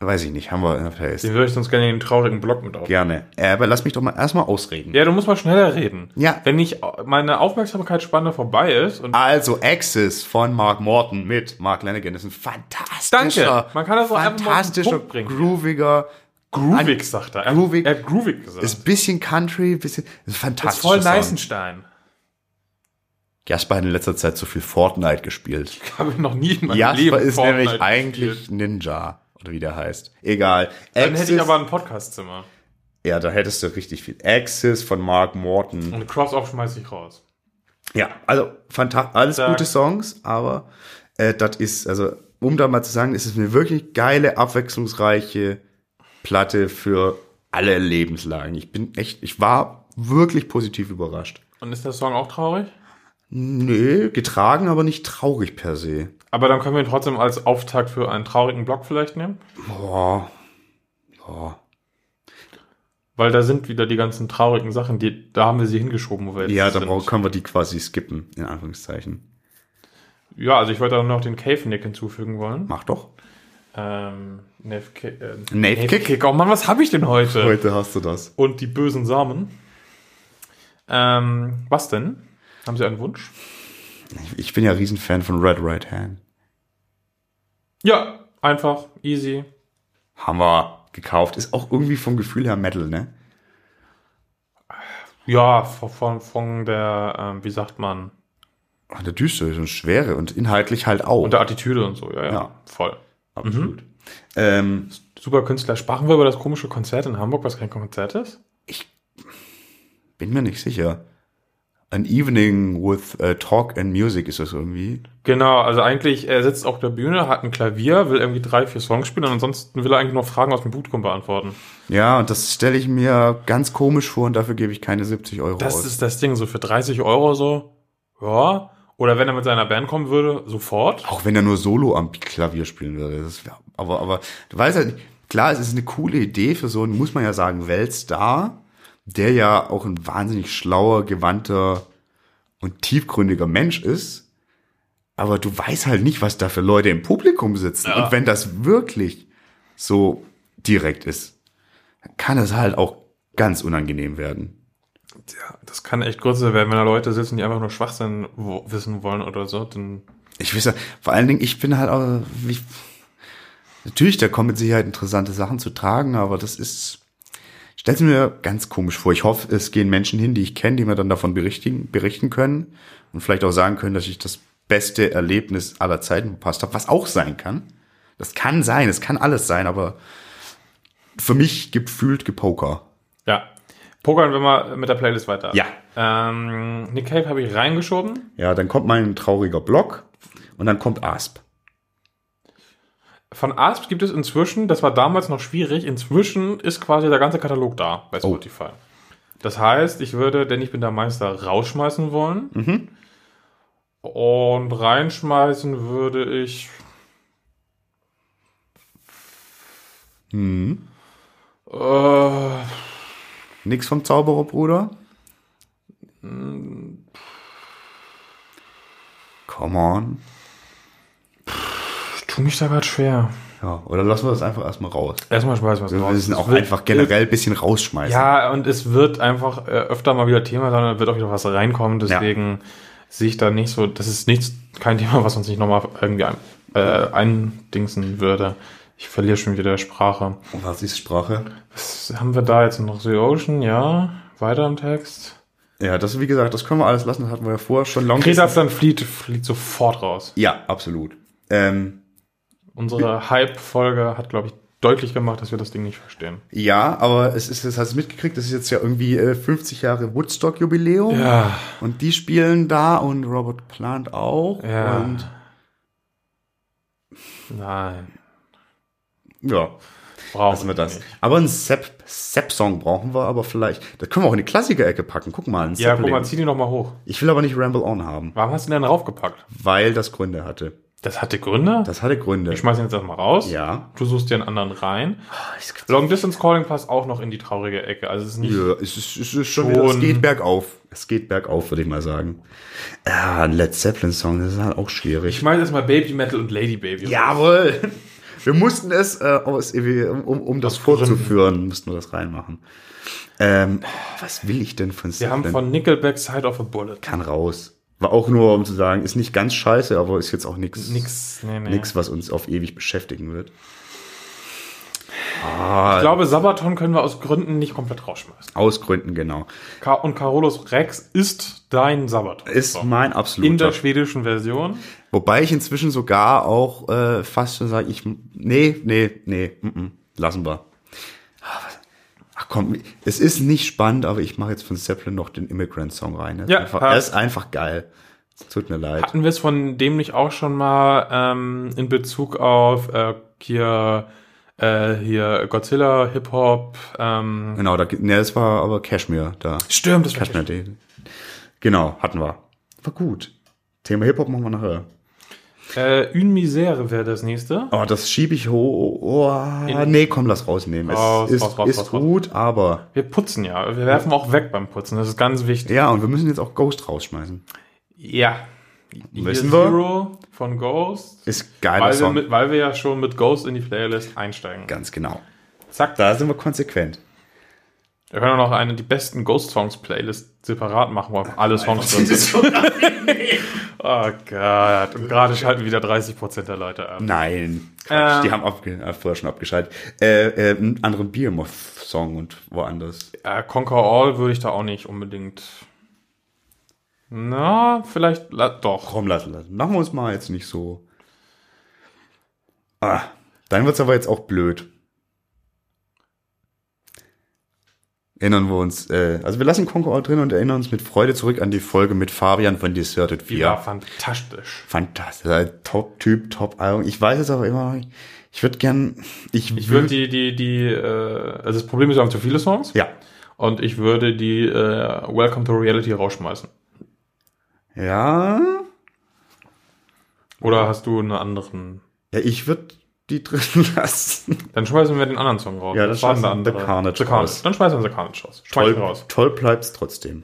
Weiß ich nicht, haben wir in der Playlist.
Den würde ich sonst gerne in den traurigen Block mit aufnehmen.
Gerne. Äh, Aber lass mich doch mal erstmal ausreden.
Ja, du musst mal schneller reden.
Ja.
Wenn ich meine Aufmerksamkeitsspanne vorbei ist und
Also Axis von Mark Morton mit Mark Lanigan ist ein fantastischer,
Danke. Man kann das auch einfach mal auf den
fantastischer,
Punkt bringen.
grooviger,
groovig sagt er. er.
Groovig.
Er hat groovig gesagt.
Ist ein bisschen Country, bisschen. Ist
ist
fantastisch.
voll Neisenstein.
Jasper hat in letzter Zeit zu viel Fortnite gespielt.
Habe ich noch nie in meinem
Jasper
Leben halt
ist
Fortnite
nämlich
gespielt.
eigentlich Ninja. Oder wie der heißt. Egal.
Dann hätte ich
Axis-
aber ein Podcastzimmer.
ja, da hättest du richtig viel. Axis von Mark Morton.
Und Cross-Off schmeiß ich raus.
Ja, also fantastisch. Alles
Sag.
gute Songs, aber äh, das ist, also, um da mal zu sagen, es ist eine wirklich geile, abwechslungsreiche Platte für alle Lebenslagen. Ich bin echt, ich war wirklich positiv überrascht.
Und ist der Song auch traurig?
Nö, getragen, aber nicht traurig per se.
Aber dann können wir ihn trotzdem als Auftakt für einen traurigen Block vielleicht nehmen.
Boah. Ja.
Weil da sind wieder die ganzen traurigen Sachen, die, da haben wir sie hingeschoben, wo wir
Ja, da
sind.
brauch- können wir die quasi skippen, in Anführungszeichen.
Ja, also ich wollte auch noch den Cave-Nick hinzufügen wollen.
Mach doch.
Ähm, Nave Kick. Äh,
Nave Kick?
Oh Mann, was habe ich denn heute?
Heute hast du das.
Und die bösen Samen. Ähm, was denn? Haben Sie einen Wunsch?
Ich- Ich bin ja Riesenfan von Red Right Hand.
Ja, einfach, easy.
Hammer. Gekauft. Ist auch irgendwie vom Gefühl her Metal, ne?
Ja, von, von, von der, ähm, wie sagt man,
Und der Düstere und schwere und mhm. inhaltlich halt auch.
und der Attitüde und so, ja, ja.
Ja.
Voll.
Absolut. Ähm,
Super Künstler. Sprachen wir über das komische Konzert in Hamburg, was kein Konzert ist?
bin mir nicht sicher. An Evening with äh, Talk and Music ist das irgendwie.
Genau, also eigentlich, er sitzt auf der Bühne, hat ein Klavier, will irgendwie drei, vier Songs spielen und ansonsten will er eigentlich nur Fragen aus dem Publikum beantworten.
Ja, und das stelle ich mir ganz komisch vor und dafür gebe ich keine 70 Euro
Das
aus.
ist das Ding, so für 30 Euro so, ja. Oder wenn er mit seiner Band kommen würde, sofort.
Auch wenn er nur Solo am Klavier spielen würde. Das wär, aber, aber du weißt ja, klar, es ist eine coole Idee für so einen, muss man ja sagen, Weltstar, der ja auch ein wahnsinnig schlauer, gewandter und tiefgründiger Mensch ist. Aber du weißt halt nicht, was da für Leute im Publikum sitzen. Und wenn das wirklich so direkt ist, kann das halt auch ganz unangenehm werden.
Ja, das kann echt größer werden, wenn da Leute sitzen, die einfach nur Schwachsinn wo wissen wollen oder so, dann
Ich weiß ja, vor allen Dingen, ich bin halt auch, ich, natürlich, da kommen mit Sicherheit interessante Sachen zu tragen, aber das ist, ich stell's mir ganz komisch vor. Ich hoffe, es gehen Menschen hin, die ich kenne, die mir dann davon berichtigen, berichten können und vielleicht auch sagen können, dass ich das beste Erlebnis aller Zeiten verpasst habe, was auch sein kann. Das kann sein, es kann alles sein, aber für mich gefühlt gepoker.
Ja. Pokern wir mal mit der Playlist weiter.
Ja.
Ähm, Nick Cave habe ich reingeschoben.
Ja, dann kommt mein trauriger Block und dann kommt Asp.
Von Asp gibt es inzwischen, das war damals noch schwierig, inzwischen ist quasi der ganze Katalog da
Oh.
bei Spotify. Das heißt, ich würde, denn ich bin der Meister, rausschmeißen wollen.
Mhm.
Und reinschmeißen würde ich.
Mhm.
Äh,
Nix vom Zauberer, Bruder? Come on.
tu mich da gerade schwer.
Ja, oder lassen wir das einfach erstmal raus.
Erstmal schmeißen wir es
Wir
raus.
müssen
Es
auch
wird-
einfach generell ein bisschen rausschmeißen.
Ja, und es wird einfach äh, öfter mal wieder Thema sein, da wird auch wieder was reinkommen, deswegen sehe ich da nicht so, das ist nichts, kein Thema, was uns nicht nochmal irgendwie ein, äh, eindingsen würde. Ich verliere schon wieder Sprache.
Um Was ist Sprache?
Was haben wir da jetzt noch? The Ocean, ja, weiter im Text.
Ja, das wie gesagt, das können wir alles lassen, das hatten wir ja vorher schon lange.
Greta Flan flieht, flieht sofort raus.
Ja, absolut. Ähm,
Unsere Hype-Folge hat, glaube ich, deutlich gemacht, dass wir das Ding nicht verstehen.
ja, aber es ist, das hast du mitgekriegt, das ist jetzt ja irgendwie äh, 50 Jahre Woodstock-Jubiläum.
Ja,
Und die spielen da und Robert Plant auch.
Ja.
Und
nein.
ja.
Brauchen
Lassen wir das. Aber einen Sepp-Song brauchen wir, aber vielleicht. Das können wir auch in die Klassiker-Ecke packen. Guck mal, einen
Ja, guck
Zeppelin.
mal, zieh die nochmal hoch.
Ich will aber nicht Ramble On haben,
Warum hast du den denn raufgepackt?
weil das Gründe hatte.
Das hatte Gründe?
Das hatte Gründe.
Ich Oh, schmeiß ihn jetzt erstmal raus.
Ja.
Du suchst dir einen anderen rein. Long Distance Calling passt auch noch in die traurige Ecke. Also es ist nicht.
Ja, es ist, es ist schon wieder, es
Schon.
geht bergauf. Es geht bergauf, würde ich mal sagen. Ja, ein Led Zeppelin-Song, das ist halt auch
Ich
schwierig.
meine jetzt mal Baby Metal und Lady Baby.
Jawohl! Wir mussten es, äh, aus, um, um, um das vorzuführen, mussten wir das reinmachen. Ähm, oh, was will ich denn von
Wir haben
Zeppelin?
von Nickelback Side of a Bullet.
Kann raus. War auch nur, um zu sagen, ist nicht ganz scheiße, aber ist jetzt auch nichts.
Nix. Nee, nee.
Nichts, was uns auf ewig beschäftigen wird.
Ich glaube, Sabaton können wir aus Gründen nicht komplett rausschmeißen.
Aus Gründen, genau.
Ka und Carolus Rex ist dein Sabaton.
Ist
So.
mein
in
absoluter.
der schwedischen Version.
Wobei ich inzwischen sogar auch äh, fast schon sage, ich, nee, nee, nee, mm, mm, lassen wir. Ah, was- Ach komm, es ist nicht spannend, aber ich mache jetzt von Zeppelin noch den Immigrant-Song rein. Er ist
Ja,
einfach,
passt.
er ist einfach geil. Tut mir leid.
Hatten wir es von dem nicht auch schon mal ähm, in Bezug auf äh, hier, äh, hier Godzilla, Hip-Hop, ähm,
Genau, da, ne, das war aber Cashmere da.
Stimmt, das war
Cashmere, die, genau, hatten wir. War gut. Thema Hip-Hop machen wir nachher.
Äh, Une Misere wäre das nächste.
Oh, das schiebe ich hoch. Oh,
In-
nee, komm, lass rausnehmen. Es
Raus,
ist,
raus, raus,
ist
raus, raus.
gut, aber.
Wir putzen ja. Wir werfen auch weg beim Putzen. Das ist ganz wichtig.
Ja, und wir müssen jetzt auch Ghost rausschmeißen.
Ja.
Müssen
Year
wir?
Zero von Ghost.
Ist geiler
Weil wir,
Song.
mit, weil wir ja schon mit Ghost in die Playlist einsteigen.
Ganz genau.
Zack.
Da sind wir konsequent.
Wir können auch noch eine die besten Ghost-Songs-Playlist separat machen, wo einfach alle Songs drin sind. Oh Gott. Und gerade schalten wieder 30% der Leute ab.
Nein, Quatsch,
Ähm.
die haben abge äh, vorher schon abgeschaltet. Äh, äh, einen anderen Behemoth-Song und woanders.
Äh, Conquer All würde ich da auch nicht unbedingt. Na, vielleicht la- doch.
Komm, lassen, lassen. Machen wir uns mal jetzt nicht so. Ah, dann wird's aber jetzt auch blöd. Erinnern wir uns, äh, also wir lassen Conqueror drin und erinnern uns mit Freude zurück an die Folge mit Fabian von Deserted 4.
Die war fantastisch.
Fantastisch, Also ein Top-Typ, Top-Album. Ich weiß es aber immer noch nicht. Ich würde gern, ich,
Ich würde die, die, die, äh, also das Problem ist, wir haben zu viele Songs.
ja,
Und ich würde die äh, Welcome to Reality rausschmeißen.
ja,
Oder hast du einen anderen?
Ja, ich würde die drin lassen.
Dann schmeißen wir den anderen Song raus.
Ja, dann
Was war denn der
schmeißen
andere?
wir The Carnage
The Carnage.
raus.
Dann schmeißen wir The Carnage raus. Schmeißen wir raus.
toll bleibt's trotzdem.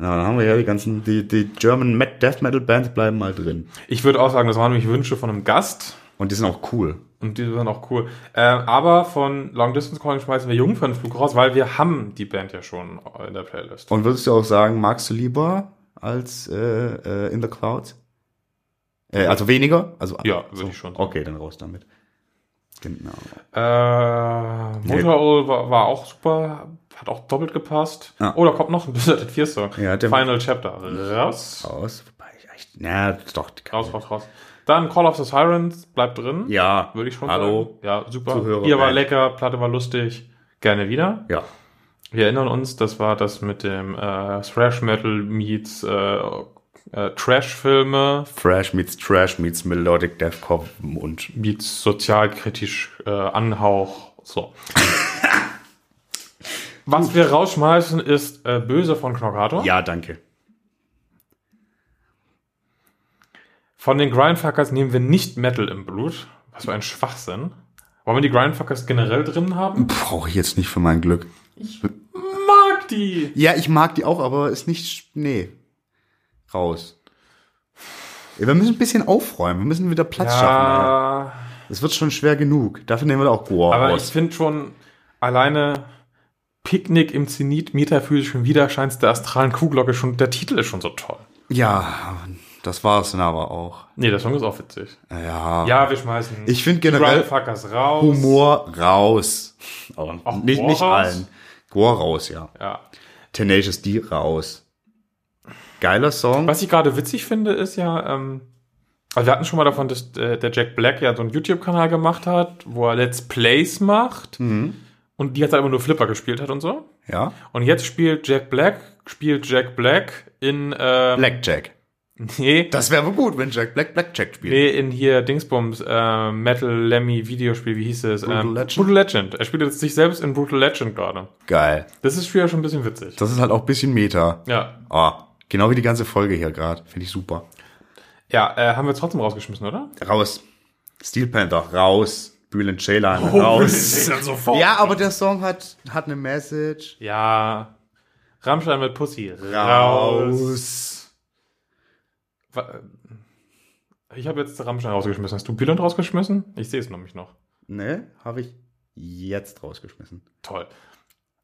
Na, dann haben wir ja die ganzen, die, die German Met Death Metal Bands bleiben mal drin.
Ich würde auch sagen, das waren nämlich Wünsche von einem Gast.
Und die sind auch cool.
Und die sind auch cool. Äh, aber von Long Distance Calling schmeißen wir Jungfernflug raus, weil wir haben die Band ja schon in der Playlist.
Und würdest du auch sagen, magst du lieber als äh, äh, In the Clouds? Äh, also weniger? Also,
Ja, würde ich schon sagen.
Okay, dann raus damit. Genau.
Äh, Motorol war, war auch super, hat auch doppelt gepasst.
Ah.
Oh, da kommt noch ein Blizzard 4 Song.
Ja, der-
Final Chapter. Raus.
Raus. Wobei ich echt. Na, doch. die kann-
Raus, raus, raus. Dann Call of the Sirens, bleibt drin.
Ja.
Würde ich schon
Hallo.
sagen. Ja, super.
Zuhörer,
Bier war
Band.
lecker, Platte war lustig. Gerne wieder.
Ja.
Wir erinnern uns, das war das mit dem äh, Thrash Metal meets äh, äh, Trash-Filme
Fresh meets Trash meets Melodic Deathcore und
meets sozialkritisch äh, Anhauch. So. Was wir rausschmeißen, ist äh, Böse von Knockator.
Ja, danke.
Von den Grindfuckers nehmen wir nicht Metal im Blut. Was für ein Schwachsinn. Wollen wir die Grindfuckers generell drin haben?
Brauche ich jetzt nicht für mein Glück.
Mag die!
Ja, ich mag die auch, aber ist nicht. sch- Nee. Raus. Ja, Wir müssen ein bisschen aufräumen. Wir müssen wieder Platz schaffen.
Ja,
ja. Es wird schon schwer genug. Dafür nehmen wir da auch Goa
aber ich
raus.
finde schon alleine Picknick im Zenit metaphysischen Widerscheins der astralen Kuhglocke schon, der Titel ist schon so toll.
Ja, das war es dann aber auch.
Nee, der Song ist auch witzig.
Ja.
Ja, wir schmeißen
Ich finde generell
Grindfuckers raus.
Humor raus. Aber
Auch
nicht,
Goa
nicht
raus?
allen. Goa raus, ja.
Ja.
Tenacious D raus. Geiler Song.
Was ich gerade witzig finde, ist ja, ähm, also wir hatten schon mal davon, dass äh, der Jack Black ja so einen YouTube-Kanal gemacht hat, wo er Let's Plays macht
Mhm.
und die hat halt immer nur Flipper gespielt hat und so.
Ja.
Und jetzt spielt Jack Black, spielt Jack Black in, ähm,
Blackjack.
nee,
Das wäre aber gut, wenn Jack Black Blackjack spielt.
nee, in hier Dingsbums, äh, Metal Lemmy Videospiel, wie hieß es?
Brutal
ähm,
Legend?
Brutal Legend. Er spielt jetzt sich selbst in Brutal Legend gerade.
Geil.
Das ist früher schon ein bisschen witzig.
Das ist halt auch ein bisschen Meta.
ja.
Ah, genau wie die ganze Folge hier gerade. Finde ich super.
Ja, äh, haben wir trotzdem rausgeschmissen, oder?
Raus. Steel Panther, raus. Bülent Ceylan, raus.
sofort.
Ja, aber der Song hat, hat eine Message.
Ja. Rammstein mit Pussy. Wa- äh, Ich habe jetzt Rammstein rausgeschmissen. Hast du Bülent rausgeschmissen? Ich sehe es nämlich noch.
Ne, habe ich jetzt rausgeschmissen.
Toll.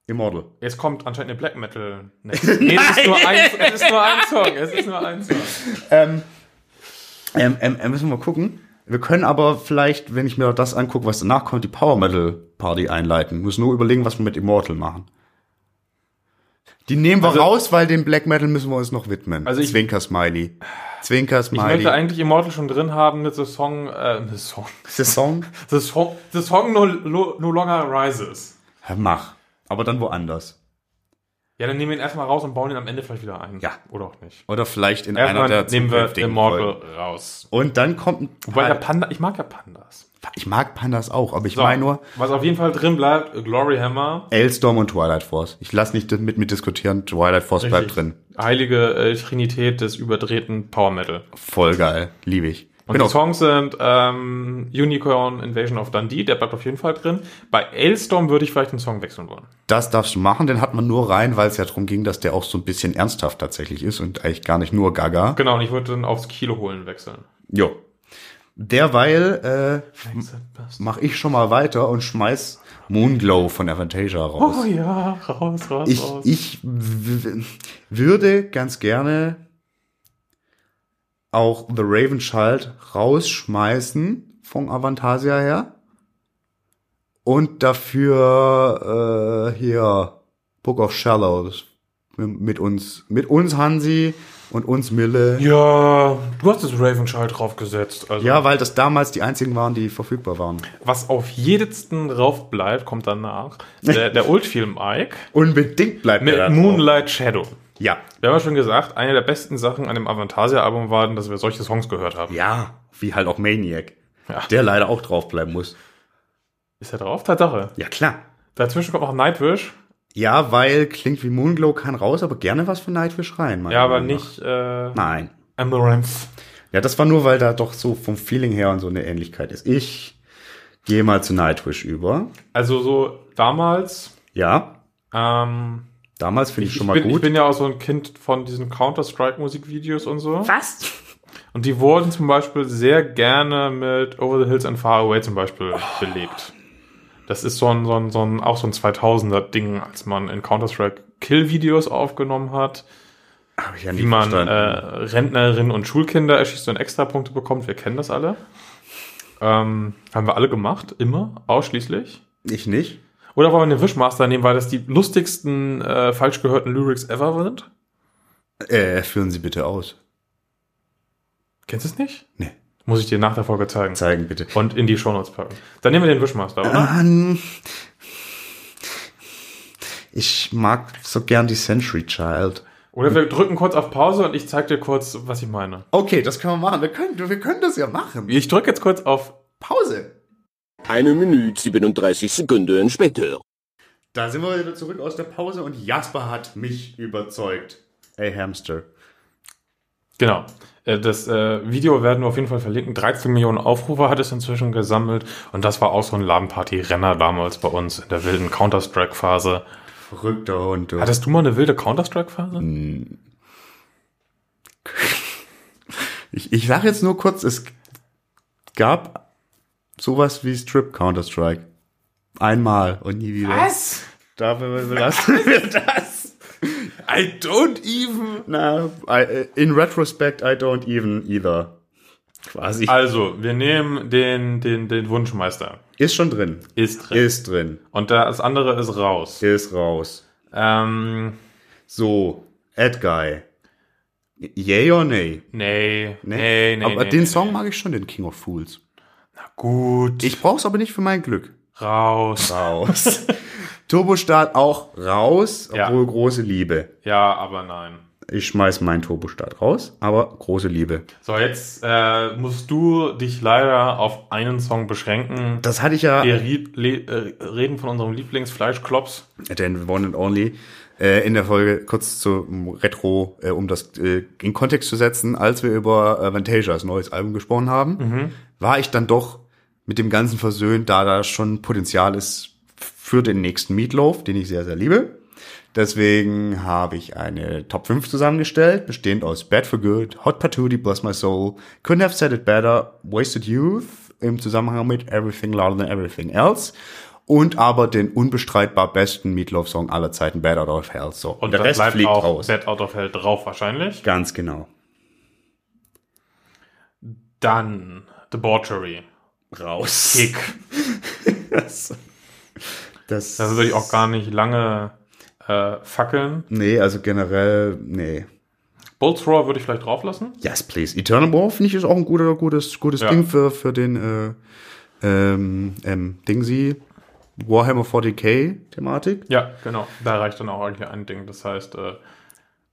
Immortal.
Jetzt kommt anscheinend eine Black Metal. Nee, nee es, ist nur ein, es ist nur ein Song. Es ist nur ein Song.
Ähm, ähm, ähm, ähm, müssen wir mal gucken. Wir können aber vielleicht, wenn ich mir das angucke, was danach kommt, die Power Metal Party einleiten. Muss nur überlegen, was wir mit Immortal machen. Die nehmen wir
Also-
raus, weil dem Black Metal müssen wir uns noch widmen.
Also ich-
Zwinker Smiley. Zwinker
Ich möchte
Smiley.
eigentlich Immortal schon drin haben mit The Song. Äh, the Song.
Der Song?
The Song, the song no, Lo- no Longer Rises.
Ja, mach. Aber dann woanders.
Ja, dann nehmen wir ihn erstmal raus und bauen ihn am Ende vielleicht wieder ein.
Ja.
Oder auch nicht.
Oder vielleicht in einer
Erstmal
der
nehmen wir
zukünftigen
Immortal
Folgen.
raus.
Und dann kommt ein
Wobei der
Teil,
Panda, ich mag ja Pandas.
Ich mag Pandas auch, aber ich
So,
meine nur
was auf jeden Fall drin bleibt, Glory Hammer.
Elstorm und Twilight Force. Ich lass nicht mit mir diskutieren. Twilight Force bleibt drin.
Heilige äh, Trinität des überdrehten Power Metal.
Voll geil. Liebe ich. Genau,
Und
Bin
die
auch-
Songs sind ähm, Unicorn Invasion of Dundee, der bleibt auf jeden Fall drin. Bei Elstorm würde ich vielleicht den Song wechseln wollen.
das darfst du machen, den hat man nur rein, weil es ja darum ging, dass der auch so ein bisschen ernsthaft tatsächlich ist und eigentlich gar nicht nur Gaga.
Genau, und ich würde dann aufs Kilo holen wechseln.
Jo. Derweil äh,
Oh
mache ich schon mal weiter und schmeiß Moonglow von Avantasia raus.
Oh ja, raus, raus,
ich,
raus.
ich w- w- würde ganz gerne auch The Raven Child rausschmeißen von Avantasia her und dafür äh, hier Book of Shallows mit uns mit uns Hansi und uns Mille ja.
ja, du hast das Raven Child draufgesetzt. Also.
weil das damals die einzigen waren die verfügbar waren
Was auf jedetsten drauf bleibt, kommt danach. Der, der Oldfilm Ike
unbedingt bleibt
mit
er da drauf.
Moonlight Shadow.
ja
Wir haben ja schon gesagt, eine der besten Sachen an dem Avantasia-Album waren, dass wir solche Songs gehört haben.
ja wie halt auch Maniac
Ja.
der leider auch drauf bleiben muss
Ist er drauf? Tatsache.
ja klar
Dazwischen kommt noch Nightwish.
Ja, weil klingt wie Moonglow kann raus, aber gerne was von Nightwish rein. meiner
Ja, aber
Meinung nach.
nicht äh,
Nein.
Amaranth.
Ja, das war nur, weil da doch so vom Feeling her und so eine Ähnlichkeit ist. Ich gehe mal zu Nightwish über.
Also so damals,
Ja,
ähm,
damals finde ich, schon mal
bin, ich
gut.
bin ja auch so ein Kind von diesen Counter-Strike-Musikvideos und so.
Was?
Und die wurden zum Beispiel sehr gerne mit Over the Hills and Far Away zum Beispiel belebt. Das ist so ein, so ein, so ein, auch so ein 2000er-Ding, als man in Counter-Strike Kill-Videos aufgenommen hat,
Hab ich ja
wie
nicht
man äh,
verstanden.
Rentnerinnen und Schulkinder erschießt und Extrapunkte bekommt. Wir kennen das alle. Ähm, haben wir alle gemacht, immer, ausschließlich.
ich nicht.
Oder wollen wir den Wishmaster nehmen, weil das die lustigsten äh, falsch gehörten Lyrics ever sind?
Äh, führen Sie bitte aus.
Kennst du es nicht?
Nee.
Muss ich dir nach der Folge zeigen.
Zeigen bitte.
Und in die Shownotes packen. Dann nehmen wir den Wishmaster, oder?
Mann. Ich mag so gern die Century Child.
Oder wir drücken kurz auf Pause und ich zeig dir kurz, was ich meine.
Okay, das können wir machen. Wir können, wir können das ja machen.
Ich drücke jetzt kurz auf.
Pause.
Eine Minute 37 Sekunden später.
Da sind wir wieder zurück aus der Pause und Jasper hat mich überzeugt. Ey, Hamster.
Genau. Äh, Das äh, Video werden wir auf jeden Fall verlinken. 13 Millionen Aufrufe hat es inzwischen gesammelt. Und das war auch so ein Ladenparty-Renner damals bei uns in der wilden Counter-Strike-Phase.
Verrückter Hund. Du.
Hattest du mal eine wilde Counter-Strike-Phase?
Ich, ich sag jetzt nur kurz, es gab sowas wie Strip Counter-Strike. Einmal und nie wieder. Was? Dafür belassen wir das. I don't even. Na, I, äh, in retrospect, I don't even either. Quasi.
Also, wir nehmen den, den, den Wunschmeister.
Ist schon drin.
Ist drin.
Ist drin.
Und das andere ist raus.
Ist raus.
Ähm,
So, Ad Guy. Yay or nay? ne?
nee, nee, nee.
aber
nee,
den
nee.
Song mag ich schon, den King of Fools.
Gut.
Ich brauch's aber nicht für mein Glück.
raus.
Raus. Turbostart auch raus,
Ja.
obwohl große Liebe.
Ja, aber nein.
Ich schmeiß meinen Turbostart raus, aber große Liebe.
So, jetzt äh, musst du dich leider auf einen Song beschränken.
Das hatte ich ja,
Wir ri- le- äh, reden von unserem Lieblingsfleischklops.
den One and Only, äh, in der Folge kurz zum Retro, äh, um das äh, in Kontext zu setzen, als wir über äh, Vantasias neues Album gesprochen haben, war ich dann doch mit dem Ganzen versöhnt, da da schon Potenzial ist für den nächsten Meatloaf, den ich sehr, sehr liebe. Deswegen habe ich eine Top 5 zusammengestellt, bestehend aus Bad for Good, Hot Patootie, Bless My Soul, Couldn't Have Said It Better, Wasted Youth im Zusammenhang mit Everything Louder Than Everything Else und aber den unbestreitbar besten Meatloaf-Song aller Zeiten, Bad Out of Hell. So. Und, der
das
Rest fliegt
auch
raus.
Set Out of Hell drauf wahrscheinlich.
Ganz genau.
Dann Debauchery.
Raus.
Kick.
Das,
Da würde ich auch gar nicht lange äh, fackeln.
nee, also generell, nee.
Bolts Roar würde ich vielleicht drauflassen.
Yes, please. Eternal War finde ich ist auch ein guter, gutes, gutes
Ja.
Ding für, für den äh, ähm, ähm, Dingsy Warhammer 40k Thematik.
Ja, genau. Da reicht dann auch eigentlich ein Ding. Das heißt, äh,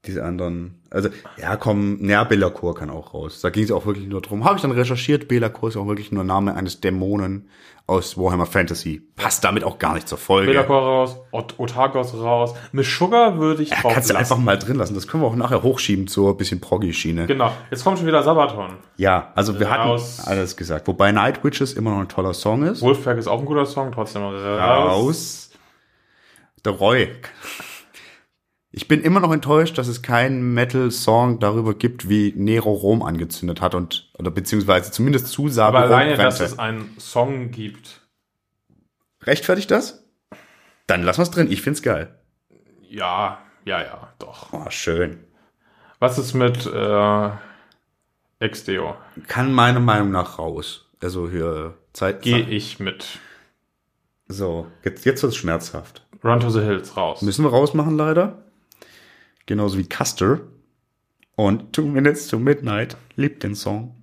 Diese anderen, also ja, komm, ja, Belacor kann auch raus. Da ging es auch wirklich nur drum. Habe ich dann recherchiert, Belacor ist auch wirklich nur Name eines Dämonen aus Warhammer Fantasy. Passt damit auch gar nicht zur Folge.
Belakor raus, Ot Otagos raus. Meshuggah würde ich
ja,
drauf
kannst du einfach
lassen.
mal drin lassen. Das können wir auch nachher hochschieben zur bisschen Proggy-Schiene.
Genau. Jetzt kommt schon wieder Sabaton.
Ja, also wir hatten
Raus.
alles gesagt. Wobei Night Witches immer noch ein toller Song ist.
Wolfpack ist auch ein guter Song, trotzdem. Raus.
Raus. Der Roy. Ich bin immer noch enttäuscht, dass es keinen Metal-Song darüber gibt, wie Nero Rom angezündet hat und oder beziehungsweise zumindest Zusagen.
Aber
Rom
alleine, dass
brannte.
es einen Song gibt.
rechtfertigt das? Dann lassen wir es drin. Ich find's geil.
Ja, ja, ja, doch.
Oh, schön.
Was ist mit äh, Exdeo?
Kann meiner Meinung nach raus. Also hier Zeit.
Gehe ich mit.
So, jetzt jetzt wird's schmerzhaft.
Run to the Hills raus.
Müssen wir rausmachen leider. Genauso wie Custer und Two Minutes to Midnight liebt den Song.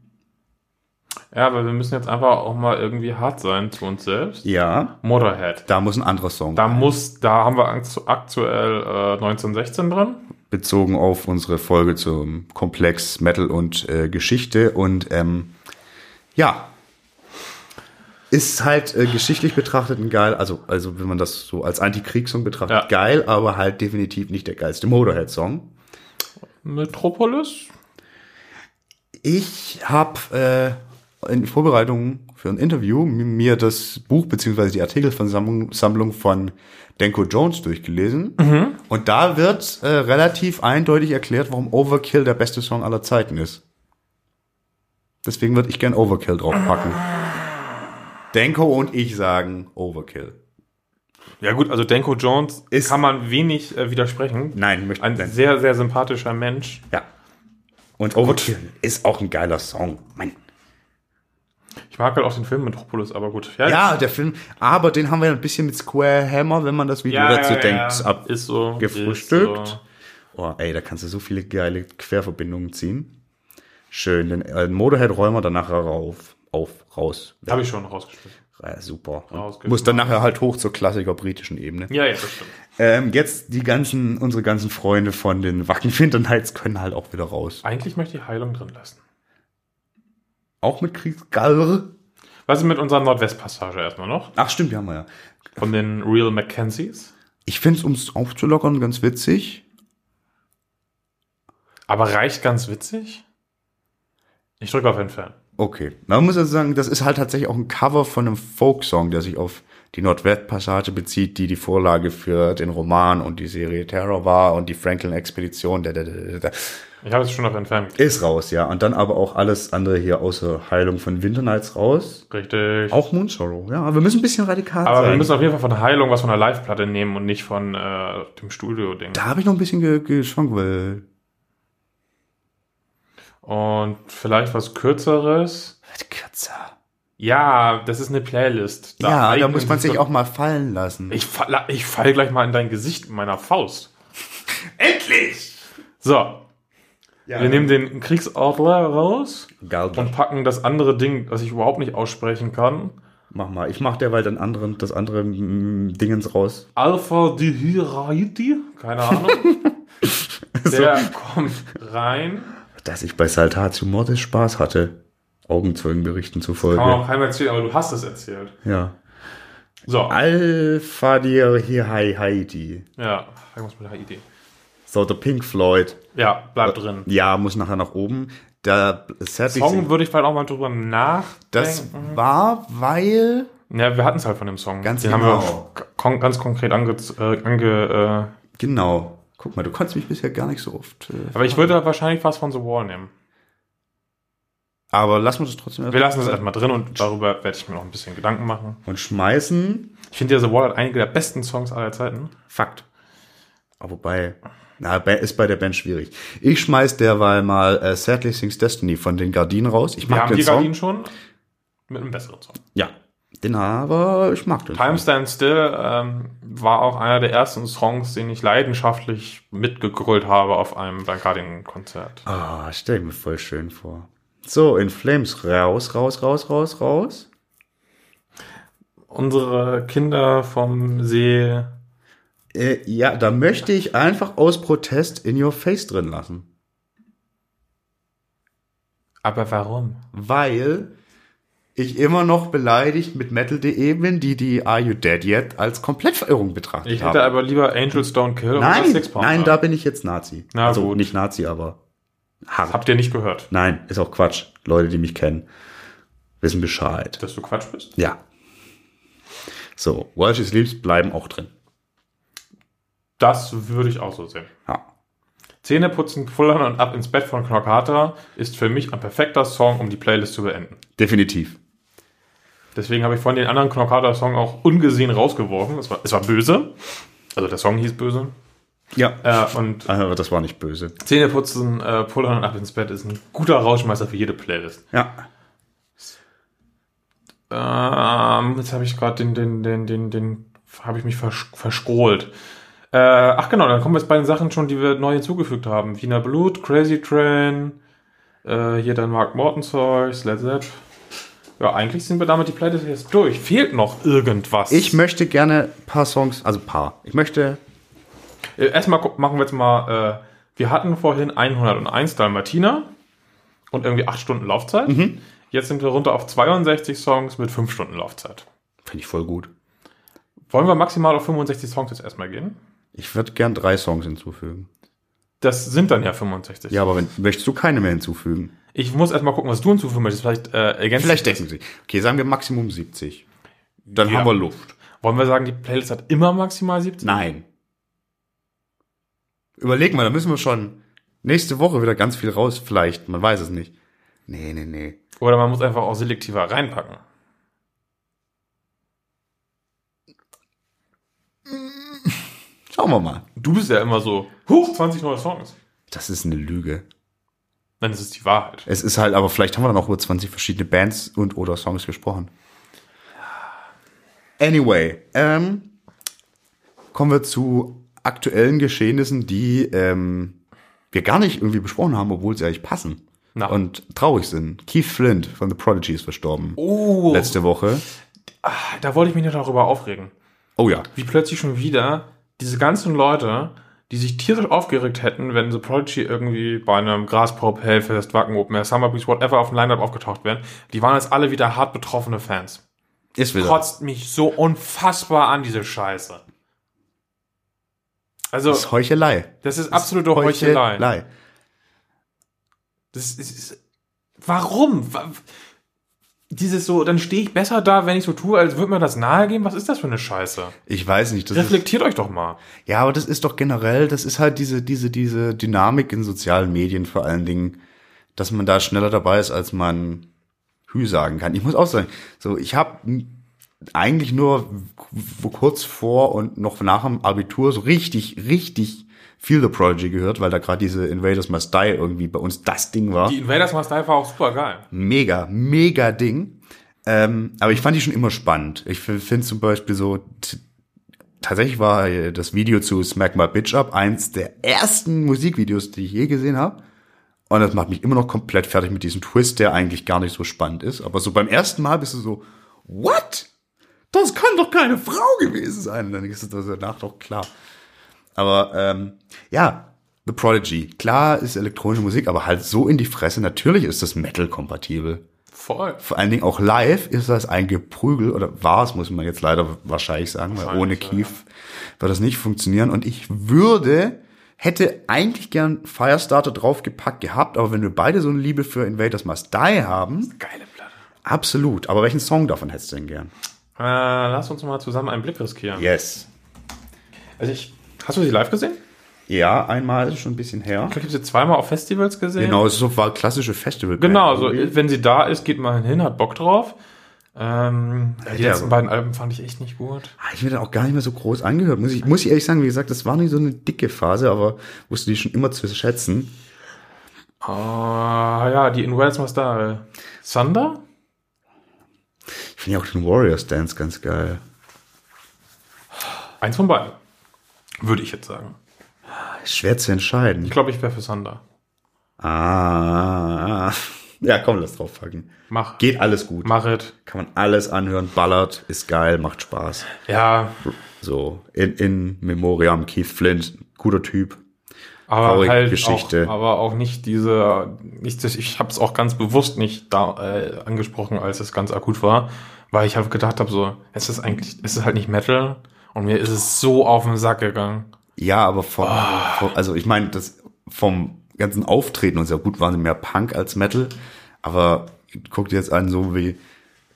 Ja, aber wir müssen jetzt einfach auch mal irgendwie hart sein zu uns selbst.
Ja,
Motorhead.
Da muss ein anderer Song.
Da muss, da haben wir aktu- aktuell äh, 1916 drin.
bezogen auf unsere Folge zum Komplex Metal und äh, Geschichte. Und ähm, ja, ist halt äh, geschichtlich betrachtet ein geil, also, also wenn man das so als Antikriegssong betrachtet,
Ja.
geil, aber halt definitiv nicht der geilste Motorhead-Song.
Metropolis?
Ich habe äh, in Vorbereitung für ein Interview m- mir das Buch beziehungsweise die Artikelversammlung Sammlung von Denko Jones durchgelesen.
Mhm.
Und da wird äh, relativ eindeutig erklärt, warum Overkill der beste Song aller Zeiten ist. Deswegen würde ich gern Overkill draufpacken.
Ah.
Denko und ich sagen Overkill.
Ja gut, also Denko Jones
Ist-
kann man wenig äh, widersprechen.
Nein, möchte
Ein
nein.
sehr, sehr sympathischer Mensch.
Ja. Und Overkill ist auch ein geiler Song. Mein
Ich mag halt auch den Film Metropolis, aber gut.
Ja, der Film, aber den haben wir ein bisschen mit Square Hammer, wenn man das Video
Ja,
dazu
ja,
denkt,
ja.
ab.
Ist so.
gefrühstückt.
Ist so.
Oh, ey, da kannst du so viele geile Querverbindungen ziehen. Schön, den äh, Motorhead räumen wir dann nachher rauf, auf, raus.
Habe ich schon rausgespielt.
Ja, super. Und
Rausgeschmissen.
muss dann nachher halt hoch zur Klassiker britischen Ebene.
Ja, ja, das stimmt.
Ähm, jetzt die ganzen, unsere ganzen Freunde von den Wackenfinter Nights können halt auch wieder raus.
Eigentlich möchte ich Heilung drin lassen.
Auch mit Kriegsgalre.
Was ist mit unserer Nordwestpassage erstmal noch?
Ach stimmt, die haben wir ja.
Von den Real Mackenzies.
Ich find's, um's aufzulockern, ganz witzig.
Aber reicht ganz witzig? Ich drücke auf Entfernen.
Okay. Man muss also sagen, das ist halt tatsächlich auch ein Cover von einem Folksong, der sich auf die Nordwestpassage bezieht, die die Vorlage für den Roman und die Serie Terror war und die Franklin-Expedition. da, da, da, da, da.
Ich habe es schon auf Entfernen geklickt.
Ist raus, ja. Und dann aber auch alles andere hier außer Heilung von Winter Nights raus.
Richtig.
Auch Moonsorrow, ja. Aber wir müssen ein bisschen radikal
Aber
sein.
wir müssen auf jeden Fall von Heilung was von der Live-Platte nehmen und nicht von äh, dem Studio-Ding.
da habe ich noch ein bisschen ge- geschwankt, weil
Und vielleicht was Kürzeres.
Wird kürzer.
Ja, das ist eine Playlist.
Ja, da
eignen
muss man sich
so-
auch mal fallen lassen.
Ich fall, ich fall gleich mal in dein Gesicht mit meiner Faust.
endlich!
So,
Ja,
wir nehmen den Kriegsadler raus
Galba.
und packen das andere Ding, das ich überhaupt nicht aussprechen kann.
Mach mal. Ich mach derweil den anderen, das andere mm, Dingens raus.
Alpha Dihiraiti, keine Ahnung. Der kommt rein.
Dass ich bei Saltatio Mortis Spaß hatte. Augenzeugenberichten zufolge.
Kann man auch keinem erzählen, aber du hast es erzählt.
Ja.
So,
Alpha dir hier hi Haiti.
ja, irgendwas mit der Idee.
So, der Pink Floyd.
Ja, bleib drin.
Ja, muss nachher nach oben. Da Sad
Song mhm. würde ich vielleicht auch mal drüber
Das
nachdenken.
war, weil.
Ja, wir hatten es halt von dem Song.
Ganz
Den
genau.
haben wir kon ganz konkret ange... Äh, ange äh,
Genau. Guck mal, du konntest mich bisher gar nicht so oft. Äh,
aber ich würde halt wahrscheinlich was von The Wall nehmen.
aber lassen wir das trotzdem
Wir lassen das erstmal drin und darüber werde ich mir noch ein bisschen Gedanken machen.
Und schmeißen.
Ich finde ja, The Wall hat einige der besten Songs aller Zeiten.
Fakt. Aber Ah, wobei. Na, bei- ist bei der Band schwierig. Ich schmeiß derweil mal äh, Sadly Sings Destiny von den Gardinen raus. Ich
Wir
mag
haben
den
die
Song.
Gardinen schon mit einem besseren Song.
Ja. Den aber ich mag den.
Time
Song.
Stand Still ähm, war auch einer der ersten Songs, den ich leidenschaftlich mitgegrölt habe auf einem Blankardin-Konzert.
Ah, stell ich mir voll schön vor. So, in Flames raus, raus, raus, raus, raus.
Unsere Kinder vom See
Äh, ja, da möchte ich einfach aus Protest in your face drin lassen.
Aber warum?
Weil ich immer noch beleidigt mit Metal.de bin, die die Are You Dead Yet als Komplettverirrung betrachtet
Ich
haben.
hätte aber lieber Angels Don't Kill oder
nein,
Six Pounder.
nein, da bin ich jetzt Nazi.
Na
also
gut.
nicht Nazi, aber hart.
Habt ihr nicht gehört,
Nein, ist auch Quatsch. Leute, die mich kennen, wissen Bescheid.
dass du Quatsch bist?
Ja. So, Welsh is Liebs bleiben auch drin.
Das würde ich auch so sehen.
Ja.
Zähneputzen, Pullern und Ab ins Bett von Knockhatra ist für mich ein perfekter Song, um die Playlist zu beenden.
Definitiv.
Deswegen habe ich vorhin den anderen Knockhatra-Song auch ungesehen rausgeworfen. Es war, es war böse. Also der Song hieß böse.
Ja.
Äh, und
Aber das war nicht böse.
Zähneputzen, äh, Pullern und Ab ins Bett ist ein guter Rauschmeister für jede Playlist.
Ja.
Ähm, jetzt habe ich gerade den, den, den, den, den, habe ich mich versch verschrohlt. Äh, ach genau, dann kommen wir jetzt bei den Sachen schon, die wir neu hinzugefügt haben. Wiener Blut, Crazy Train, äh, hier dann Mark Morton Zeugs, Led Zepp. Ja, eigentlich sind wir damit die Playlist jetzt durch. Fehlt noch irgendwas.
Ich möchte gerne ein paar Songs, also ein paar. Ich möchte
äh, erstmal gu- machen wir jetzt mal, äh, wir hatten vorhin 101 Dalmatiner und irgendwie 8 Stunden Laufzeit. Jetzt sind wir runter auf 62 Songs mit 5 Stunden Laufzeit.
Finde ich voll gut.
Wollen wir maximal auf 65 Songs jetzt erstmal gehen?
Ich würde gern drei Songs hinzufügen.
Das sind dann ja 65.
Ja, aber wenn, möchtest du keine mehr hinzufügen?
Ich muss erstmal gucken, was du hinzufügen möchtest. Vielleicht äh, ergänzt.
Vielleicht decken sie. Okay, sagen wir Maximum 70. Dann
Ja.
haben wir Luft.
Wollen wir sagen, die Playlist hat immer maximal 70?
Nein. Überleg mal, da müssen wir schon nächste Woche wieder ganz viel raus. Vielleicht, man weiß es nicht. Nee, nee, nee.
Oder man muss einfach auch selektiver reinpacken.
Schauen wir mal.
Du bist ja immer so, huch, 20 neue Songs.
Das ist eine Lüge.
Dann ist es die Wahrheit.
Es ist halt, aber vielleicht haben wir dann auch über 20 verschiedene Bands und oder Songs gesprochen. Anyway, ähm, kommen wir zu aktuellen Geschehnissen, die ähm, wir gar nicht irgendwie besprochen haben, obwohl sie eigentlich passen
Na.
und traurig sind. Keith Flint von The Prodigy ist verstorben. Oh. Letzte Woche.
Da wollte ich mich nicht darüber aufregen.
Oh ja.
Wie plötzlich schon wieder diese ganzen Leute, die sich tierisch aufgeregt hätten, wenn The Prodigy irgendwie bei einem Graspop, Hellfest, Wacken Open Air, Summer Breeze, whatever auf dem Lineup aufgetaucht wären, die waren jetzt alle wieder hart betroffene Fans.
Ist wieder.
kotzt mich so unfassbar an, diese Scheiße. Also,
Das ist Heuchelei.
das ist absolute Heuchelei.
Heuchelei.
Das ist, ist, warum? Wa- Dieses so, dann stehe ich besser da, wenn ich so tue, als würde mir das nahegehen. Was ist das für eine Scheiße?
Ich weiß nicht. Das ist-
Reflektiert euch doch mal.
Ja, aber das ist doch generell, das ist halt diese, diese, diese Dynamik in sozialen Medien vor allen Dingen, dass man da schneller dabei ist, als man Hü sagen kann. Ich muss auch sagen, so, ich habe eigentlich nur w- kurz vor und noch nach dem Abitur so richtig, richtig viel The Prodigy gehört, weil da gerade diese Invaders Must Die irgendwie bei uns das Ding war.
Die Invaders Must Die war auch super geil.
Mega, mega Ding. Ähm, aber ich fand die schon immer spannend. Ich finde zum Beispiel so, t- tatsächlich war äh, das Video zu Smack My Bitch Up eins der ersten Musikvideos, die ich je gesehen habe. Und das macht mich immer noch komplett fertig mit diesem Twist, der eigentlich gar nicht so spannend ist. Aber so beim ersten Mal bist du so, what? Das kann doch keine Frau gewesen sein. Und dann ist es danach doch klar. Aber ähm, ja, The Prodigy. Klar ist elektronische Musik, aber halt so in die Fresse. Natürlich ist das Metal-kompatibel
Voll.
vor allen Dingen auch live ist das ein Geprügel oder war es, muss man jetzt leider wahrscheinlich sagen, weil ohne
Wahrscheinlich, ja,
Keith wird das nicht funktionieren. Und ich würde, hätte eigentlich gern Firestarter draufgepackt gehabt, aber wenn wir beide so eine Liebe für Invaders Must Die haben,
Geile Platte.
absolut. Aber welchen Song davon hättest du denn gern?
Äh, lass uns mal zusammen einen Blick riskieren.
Yes.
Also ich, hast du sie live gesehen?
Ja, einmal ist schon ein bisschen her.
Ich habe sie zweimal auf Festivals gesehen.
Genau, es ist so war klassische Festival.
Genau, also wenn sie da ist, geht man hin, hat Bock drauf. Ähm, die
ja,
letzten
aber-
beiden Alben fand ich echt nicht gut.
Hab Ah, ich mir dann auch gar nicht mehr so groß angehört. Muss ich, muss ich ehrlich sagen, wie gesagt, das war nicht so eine dicke Phase, aber wusste die schon immer zu schätzen.
Ah, ja, die in Wales Must Die. Thunder?
Ich finde ja auch den Warriors Dance ganz geil.
Eins von beiden. Würde ich jetzt sagen.
Schwer zu
Ich
entscheiden.
glaube, ich wäre für Thunder.
Ah. Ja, komm, lass drauf packen.
Mach.
Geht alles gut.
Mach it.
Kann man alles anhören, ballert, ist geil, macht Spaß.
Ja,
So, in, in Memoriam Keith Flint, guter Typ.
Aber
Traurige
halt
Geschichte.
Auch, aber auch nicht diese, nicht, das- ich habe es auch ganz bewusst nicht da äh, angesprochen, als es ganz akut war, weil ich halt gedacht habe, so, es ist eigentlich, es ist halt nicht Metal und mir ist es so auf den Sack gegangen.
Ja, aber vom, vom also ich meine, das vom ganzen Auftreten und sehr gut waren sie mehr Punk als Metal, aber guck dir jetzt an, so wie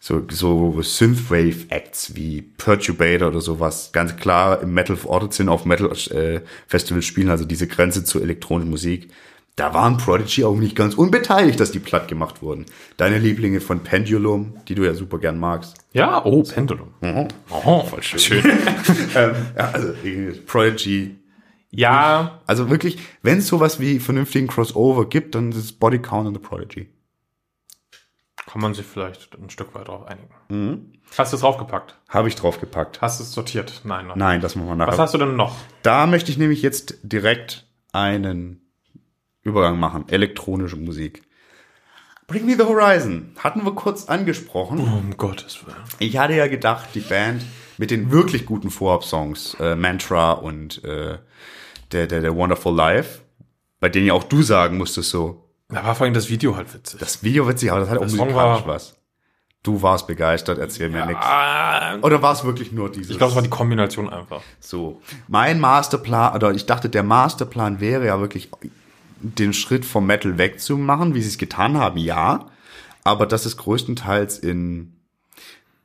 so, so Synthwave-Acts wie Perturbator oder sowas ganz klar im Metal verortet sind, auf Metal-Festivals spielen, also diese Grenze zur elektronischen Musik. Da waren Prodigy auch nicht ganz unbeteiligt, dass die platt gemacht wurden. Deine Lieblinge von Pendulum, die du ja super gern magst.
Ja,
Genau.
oh, Pendulum.
Mhm.
Oh, voll schön.
Ja, also irgendwie Prodigy,
Ja,
Also wirklich, wenn es sowas wie vernünftigen Crossover gibt, dann ist es Body Count and the Prodigy.
kann man sich vielleicht ein Stück weit drauf einigen.
Mhm.
Hast du es draufgepackt?
Habe ich draufgepackt.
Hast du es sortiert? Nein, noch
Nein, das machen wir nachher.
Was hast du denn noch?
da möchte ich nämlich jetzt direkt einen Übergang machen. Elektronische Musik. Bring Me the Horizon. Hatten wir kurz angesprochen.
Um Gottes Willen.
Ich hatte ja gedacht, die Band mit den wirklich guten Vorab-Songs, äh, Mantra und äh, der, der, der Wonderful Life, bei denen ja auch du sagen musstest so,
Da war vor allem das Video halt witzig.
Das Video witzig, aber das hat auch
Song
musikalisch
war-
was. Du warst begeistert, erzähl mir nix.
ah,
Oder war es wirklich nur dieses?
ich glaube, es war die Kombination einfach.
so. Mein Masterplan, oder ich dachte, der Masterplan wäre ja wirklich, den Schritt vom Metal wegzumachen, wie sie es getan haben, ja. Aber das ist größtenteils in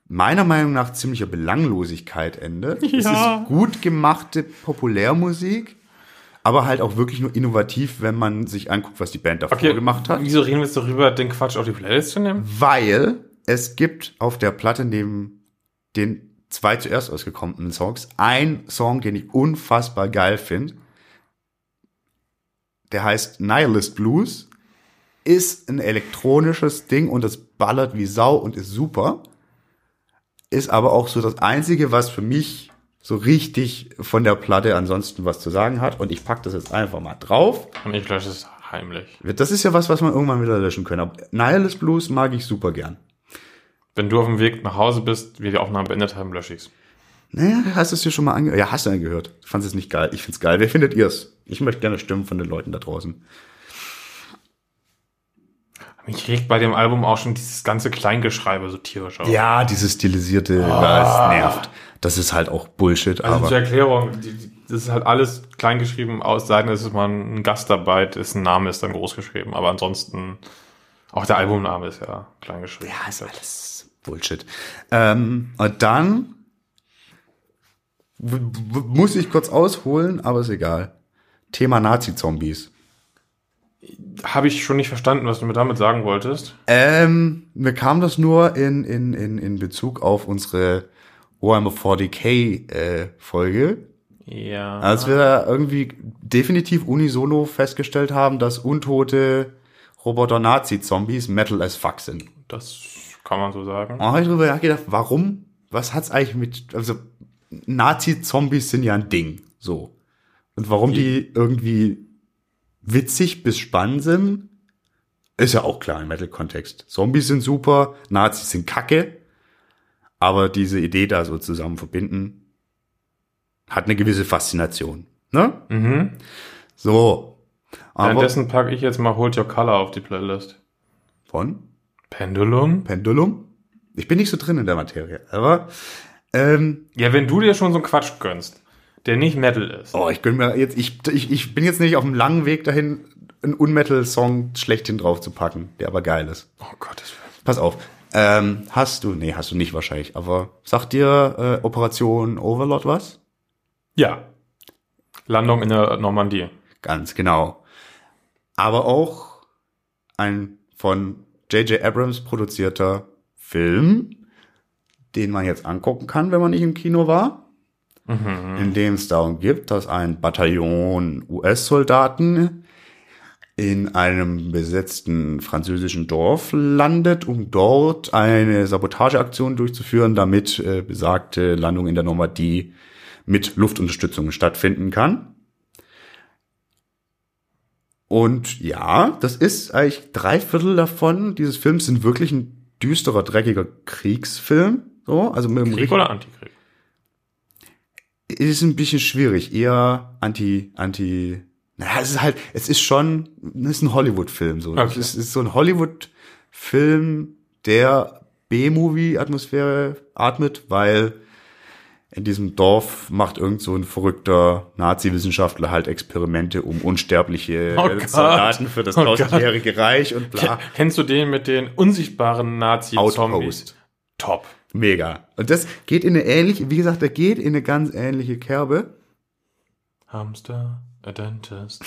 meiner Meinung nach ziemlicher Belanglosigkeit endet. Es
Ja.
ist gut gemachte Populärmusik, aber halt auch wirklich nur innovativ, wenn man sich anguckt, was die Band davor gemacht hat.
Wieso reden wir jetzt darüber, den Quatsch auf die Playlist zu nehmen?
weil es gibt auf der Platte neben den zwei zuerst ausgekommenen Songs einen Song, den ich unfassbar geil finde. Der heißt Nihilist Blues, ist ein elektronisches Ding und es ballert wie Sau und ist super. Ist aber auch so das Einzige, was für mich so richtig von der Platte ansonsten was zu sagen hat. Und ich pack das jetzt einfach mal drauf.
Und ich lösche es heimlich.
Das ist ja was, was man irgendwann wieder löschen können. Aber Nihilist Blues mag ich super gern.
Wenn du auf dem Weg nach Hause bist, wir die Aufnahme beendet haben, lösche ich es.
Naja, hast du es dir schon mal angehört? Ja, hast du angehört. Du fandest es nicht geil. Ich find's geil. Wer findet ihr's? Ich möchte gerne Stimmen von den Leuten da draußen.
Mich regt bei dem Album auch schon dieses ganze Kleingeschreibe so tierisch auf.
Oh. Ja, dieses stilisierte, das nervt. Oh. Das ist halt auch Bullshit,
Also zur
aber.
Erklärung, die, die, das ist halt alles kleingeschrieben, aus Seiten ist es mal ein Gastarbeit, ist ein Name ist dann groß geschrieben, aber ansonsten auch der Albumname ist ja kleingeschrieben.
Ja, ist alles Bullshit. Ähm, und dann w- w- muss ich kurz ausholen, aber ist egal. Thema Nazi-Zombies.
Habe ich schon nicht verstanden, was du mir damit sagen wolltest.
Ähm, mir kam das nur in, in, in, in Bezug auf unsere Warhammer 40k äh, Folge,
Ja.
Als wir da irgendwie definitiv unisono festgestellt haben, dass untote Roboter-Nazi-Zombies Metal as fuck sind.
das kann man so sagen.
Und da habe ich drüber nachgedacht, warum? Was hat's eigentlich mit, also Nazi-Zombies sind ja ein Ding, so. Und warum die irgendwie witzig bis spannend sind, ist ja auch klar im Metal-Kontext. Zombies sind super, Nazis sind kacke, aber diese Idee da so zusammen verbinden, hat eine gewisse Faszination, ne?
Mhm.
So. Aber
Währenddessen packe ich jetzt mal Hold Your Color auf die Playlist.
von?
Pendulum?
Pendulum? Ich bin nicht so drin in der Materie, aber, ähm,
Ja, wenn du dir schon so einen Quatsch gönnst, der nicht Metal ist.
Oh, ich gönn mir jetzt, ich, ich, ich bin jetzt nicht auf einem langen Weg dahin, einen Unmetal-Song schlechthin drauf zu packen, der aber geil ist.
Oh Gottes Willen.
Pass auf. Ähm, hast du, nee, hast du nicht wahrscheinlich, aber sagt dir äh, Operation Overlord was?
Ja. Landung in der Normandie.
Ganz genau. Aber auch ein von J.J. Abrams produzierter Film, den man jetzt angucken kann, wenn man nicht im Kino war, Mhm. in dem es darum gibt, dass ein Bataillon US-Soldaten in einem besetzten französischen Dorf landet, um dort eine Sabotageaktion durchzuführen, damit äh, besagte Landung in der Normandie mit Luftunterstützung stattfinden kann. Und ja, das ist eigentlich drei Viertel davon dieses Films sind wirklich ein düsterer, dreckiger Kriegsfilm. So, also mit dem
Krieg
richt-
oder Antikrieg?
ist ein bisschen schwierig, eher anti, anti, naja, es ist halt, es ist schon, es ist ein Hollywood-Film, so. Es
Okay.
ist, es ist so ein Hollywood-Film, der B-Movie-Atmosphäre atmet, weil in diesem Dorf macht irgend so ein verrückter Nazi-Wissenschaftler halt Experimente, um unsterbliche
Oh Gott.
Soldaten für das
Oh Gott.
tausendjährige Reich und bla.
Kennst du den mit den unsichtbaren Nazi-Zombies?
Outpost.
Top.
Mega. Und das geht in eine ähnliche, wie gesagt, der geht in eine ganz ähnliche Kerbe.
Hamster, a dentist.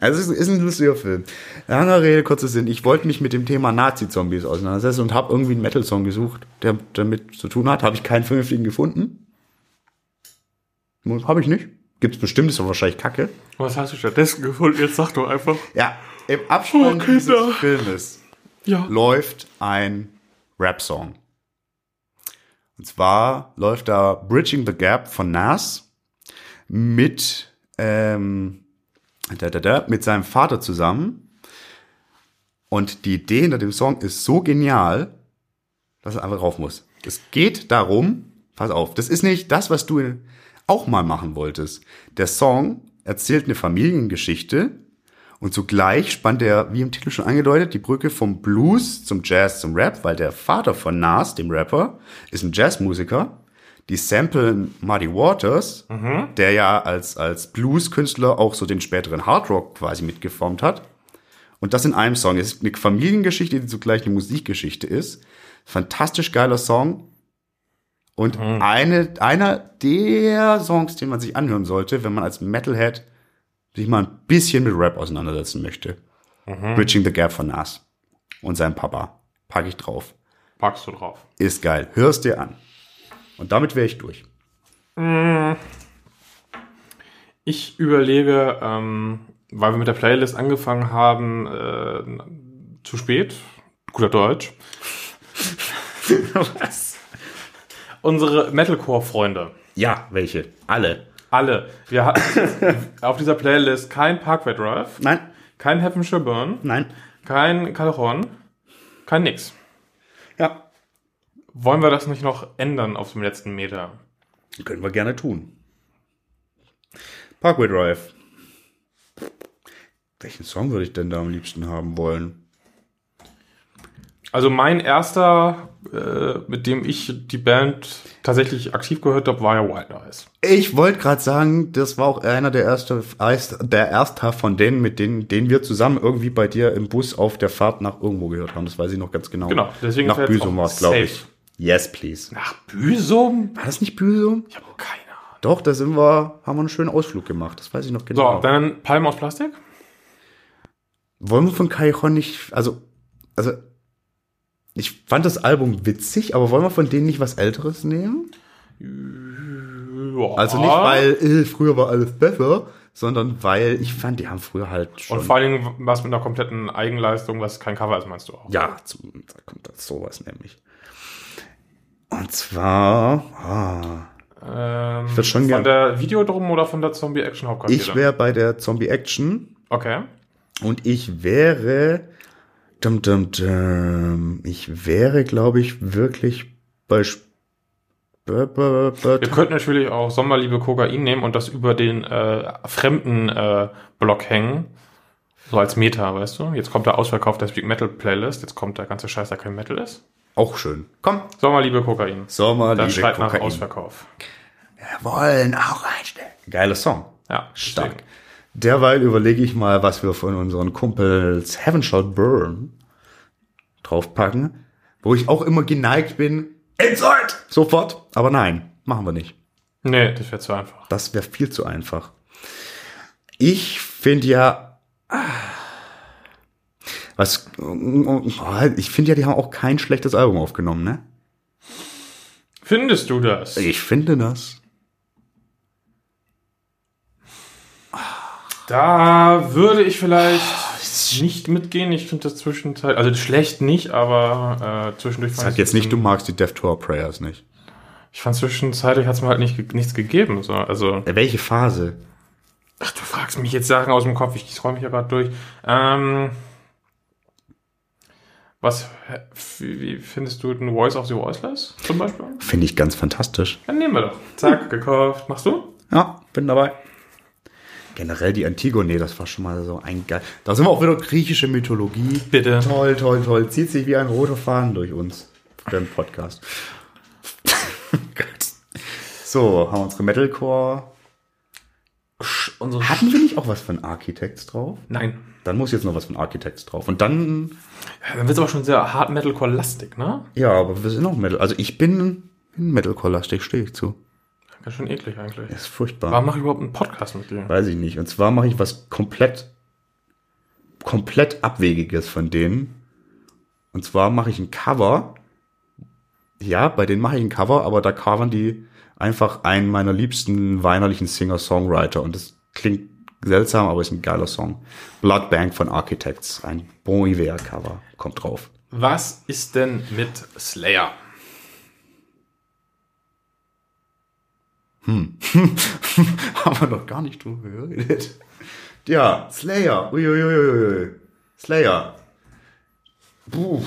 Also es ist, ist ein lustiger Film. Langer Rede, kurzer Sinn. Ich wollte mich mit dem Thema Nazi-Zombies auseinandersetzen und habe irgendwie einen Metal-Song gesucht, der damit zu tun hat. Habe ich keinen vernünftigen gefunden. Habe ich nicht. Gibt's bestimmt, ist aber wahrscheinlich Kacke.
Was hast du stattdessen gefunden? Jetzt sag doch einfach.
Ja, im Abspann
Oh, Kinder.
dieses Filmes
Ja.
läuft ein Rap-Song. Und zwar läuft da Bridging the Gap von Nas mit, ähm, da, da, da, mit seinem Vater zusammen. Und die Idee hinter dem Song ist so genial, dass er einfach rauf muss. Es geht darum, pass auf, das ist nicht das, was du auch mal machen wolltest. Der Song erzählt eine Familiengeschichte und zugleich spannt er, wie im Titel schon angedeutet, die Brücke vom Blues zum Jazz zum Rap, weil der Vater von Nas, dem Rapper, ist ein Jazzmusiker. Die samplen Muddy Waters, der ja als, als Blues-Künstler auch so den späteren Hardrock quasi mitgeformt hat. Und das in einem Song. Es ist eine Familiengeschichte, die zugleich eine Musikgeschichte ist. Fantastisch geiler Song. Und eine, einer der Songs, den man sich anhören sollte, wenn man als Metalhead sich mal ein bisschen mit Rap auseinandersetzen möchte. Bridging the Gap von Nas und seinem Papa. Pack ich drauf.
Packst du drauf.
Ist geil. Hörst dir an. Und damit wäre ich durch.
Ich überlege, ähm, weil wir mit der Playlist angefangen haben, äh, zu spät, guter Deutsch,
Was?
unsere Metalcore-Freunde.
Ja, welche? Alle.
Alle. Wir hatten auf dieser Playlist kein Parkway Drive,
Nein,
kein Heavenshire Burn,
nein.
kein Calhoun, kein nix.
Ja.
Wollen wir das nicht noch ändern auf dem letzten Meter?
Können wir gerne tun. Parkway Drive. Welchen Song würde ich denn da am liebsten haben wollen?
Also mein erster, äh, mit dem ich die Band tatsächlich aktiv gehört habe, war ja Wild Eyes.
Ich wollte gerade sagen, das war auch einer der erste, der erste von denen, mit denen, den wir zusammen irgendwie bei dir im Bus auf der Fahrt nach irgendwo gehört haben. Das weiß ich noch ganz genau.
Genau, deswegen ist
nach
er jetzt
Büsum
auch
war es, glaube
safe.
ich. Yes, please.
Nach Büsum?
War das nicht Büsum?
Ich habe keine Ahnung.
Doch, da sind wir, haben wir einen schönen Ausflug gemacht. Das weiß ich noch
So,
genau.
dann Palm aus Plastik.
wollen wir von Cajon nicht, also, also, ich fand das Album witzig, aber wollen wir von denen nicht was Älteres nehmen?
Ja.
Also nicht, weil äh, früher war alles besser, sondern weil ich fand, die haben früher halt schon.
Und vor allen Dingen was mit einer kompletten Eigenleistung, was kein Cover ist, meinst du auch?
ja, zum, da kommt dann sowas nämlich. Und zwar, ah,
Ähm,
würd schon
von
gern-
der Videodrum oder von der Zombie-Action-Hauptquartier?
ich wäre bei der Zombie Action
Okay.
und ich wäre, dum, dum, dum, ich wäre, glaube ich, wirklich bei. Sp- Bö- bö- bö-
Ihr könnt natürlich auch Sommerliebe Kokain nehmen und das über den äh, fremden äh, Block hängen. So als Meta, weißt du? Jetzt kommt der Ausverkauf der Speak Metal Playlist. Jetzt kommt der ganze Scheiß, der kein Metal ist.
Auch schön. Komm,
Sommerliebe Kokain.
Sommer,
Das
Liebe,
schreit nach
Kokain.
Ausverkauf.
Wir wollen auch einstellen. Geiler Song.
Ja,
Stark.
deswegen.
Derweil überlege ich mal, was wir von unseren Kumpels Heaven Shall Burn draufpacken, wo ich auch immer geneigt bin, Insult! Sofort, aber nein, machen wir nicht.
Nee, das wäre zu einfach.
Das wäre viel zu einfach. Ich finde ja, ah, was, oh, ich finde ja, die haben auch kein schlechtes Album aufgenommen, ne?
Findest du das?
Ich finde das.
Da würde ich vielleicht nicht mitgehen. Ich finde das zwischenzeitlich, also schlecht nicht, aber äh, zwischendurch fand
Sag
ich's
jetzt nicht, du
ein
magst die Death to Our Prayers nicht.
bisschen- Ich fand zwischenzeitlich hat es mir halt nicht, ge- nichts gegeben. So. Also,
Welche Phase?
ach, du fragst mich jetzt Sachen aus dem Kopf. Ich, ich räume mich ja gerade durch. Ähm, Was wie wie findest du den Voice of the Voiceless zum Beispiel?
Finde ich ganz fantastisch.
Dann nehmen wir doch. Zack, gekauft. Machst du?
Ja, bin dabei. Generell die Antigone, das war schon mal so ein geil. Da sind wir auch wieder griechische Mythologie.
Bitte.
Toll, toll, toll. Zieht sich wie ein roter Faden durch uns beim Podcast. Gott. so, haben wir unsere Metalcore.
Unsere
Hatten wir nicht auch was von Architects drauf?
Nein.
Dann muss jetzt noch was von Architects drauf. Und dann,
Ja, Dann wird's aber schon sehr hart Metalcore-lastig, ne?
ja, aber wir sind auch Metal. Also ich bin, bin Metalcore-lastig, stehe ich zu.
Ganz schön eklig eigentlich.
Das ist furchtbar.
Warum mache ich überhaupt einen Podcast mit dir?
Weiß ich nicht. Und zwar mache ich was komplett, komplett Abwegiges von denen. Und zwar mache ich ein Cover. Ja, bei denen mache ich ein Cover, aber da covern die einfach einen meiner liebsten weinerlichen Singer-Songwriter. Und das klingt seltsam, aber ist ein geiler Song. Blood Bank von Architects. Ein Bon Iver-Cover. Kommt drauf.
Was ist denn mit Slayer?
Haben wir noch gar nicht drüber geredet. Ja, Slayer. Uiuiuiui. Slayer. Puh.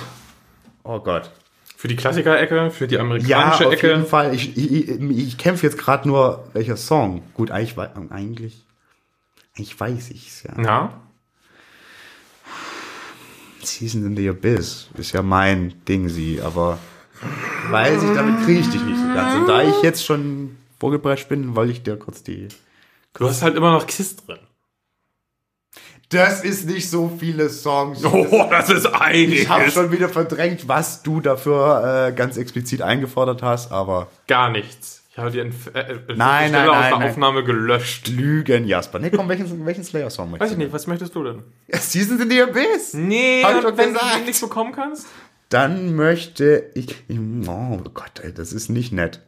Oh Gott.
Für die Klassiker-Ecke, für die
Ja, auf
amerikanische
jeden
Ecke.
Fall. Ich, ich, ich, ich kämpfe jetzt gerade nur, welcher Song. Gut, eigentlich, wei- eigentlich, eigentlich weiß ich's ja.
Na?
Season in the Abyss ist ja mein Ding, sie, aber weiß ich, damit kriege ich dich nicht so ganz. Und da ich jetzt schon vorgeprescht bin, wollte ich dir kurz die...
Du hast halt immer noch Kiss drin.
Das ist nicht so viele Songs.
Oh, das ist einiges.
Ich habe schon wieder verdrängt, was du dafür äh, ganz explizit eingefordert hast, aber
Gar nichts. Ich habe die Entf äh, äh, die
Nein,
Stelle
nein,
aus
nein,
der
nein.
Aufnahme gelöscht.
Lügen, Jasper. Nee, komm, welchen, welchen Slayer-Song
Weiß
möchtest
ich nicht, Hm? was möchtest du denn?
du? Season in the Abyss.
Nee,
Hab ich doch
und wenn du
gesagt.
den nicht bekommen kannst?
Dann möchte ich, ich oh Gott, ey, das ist nicht nett.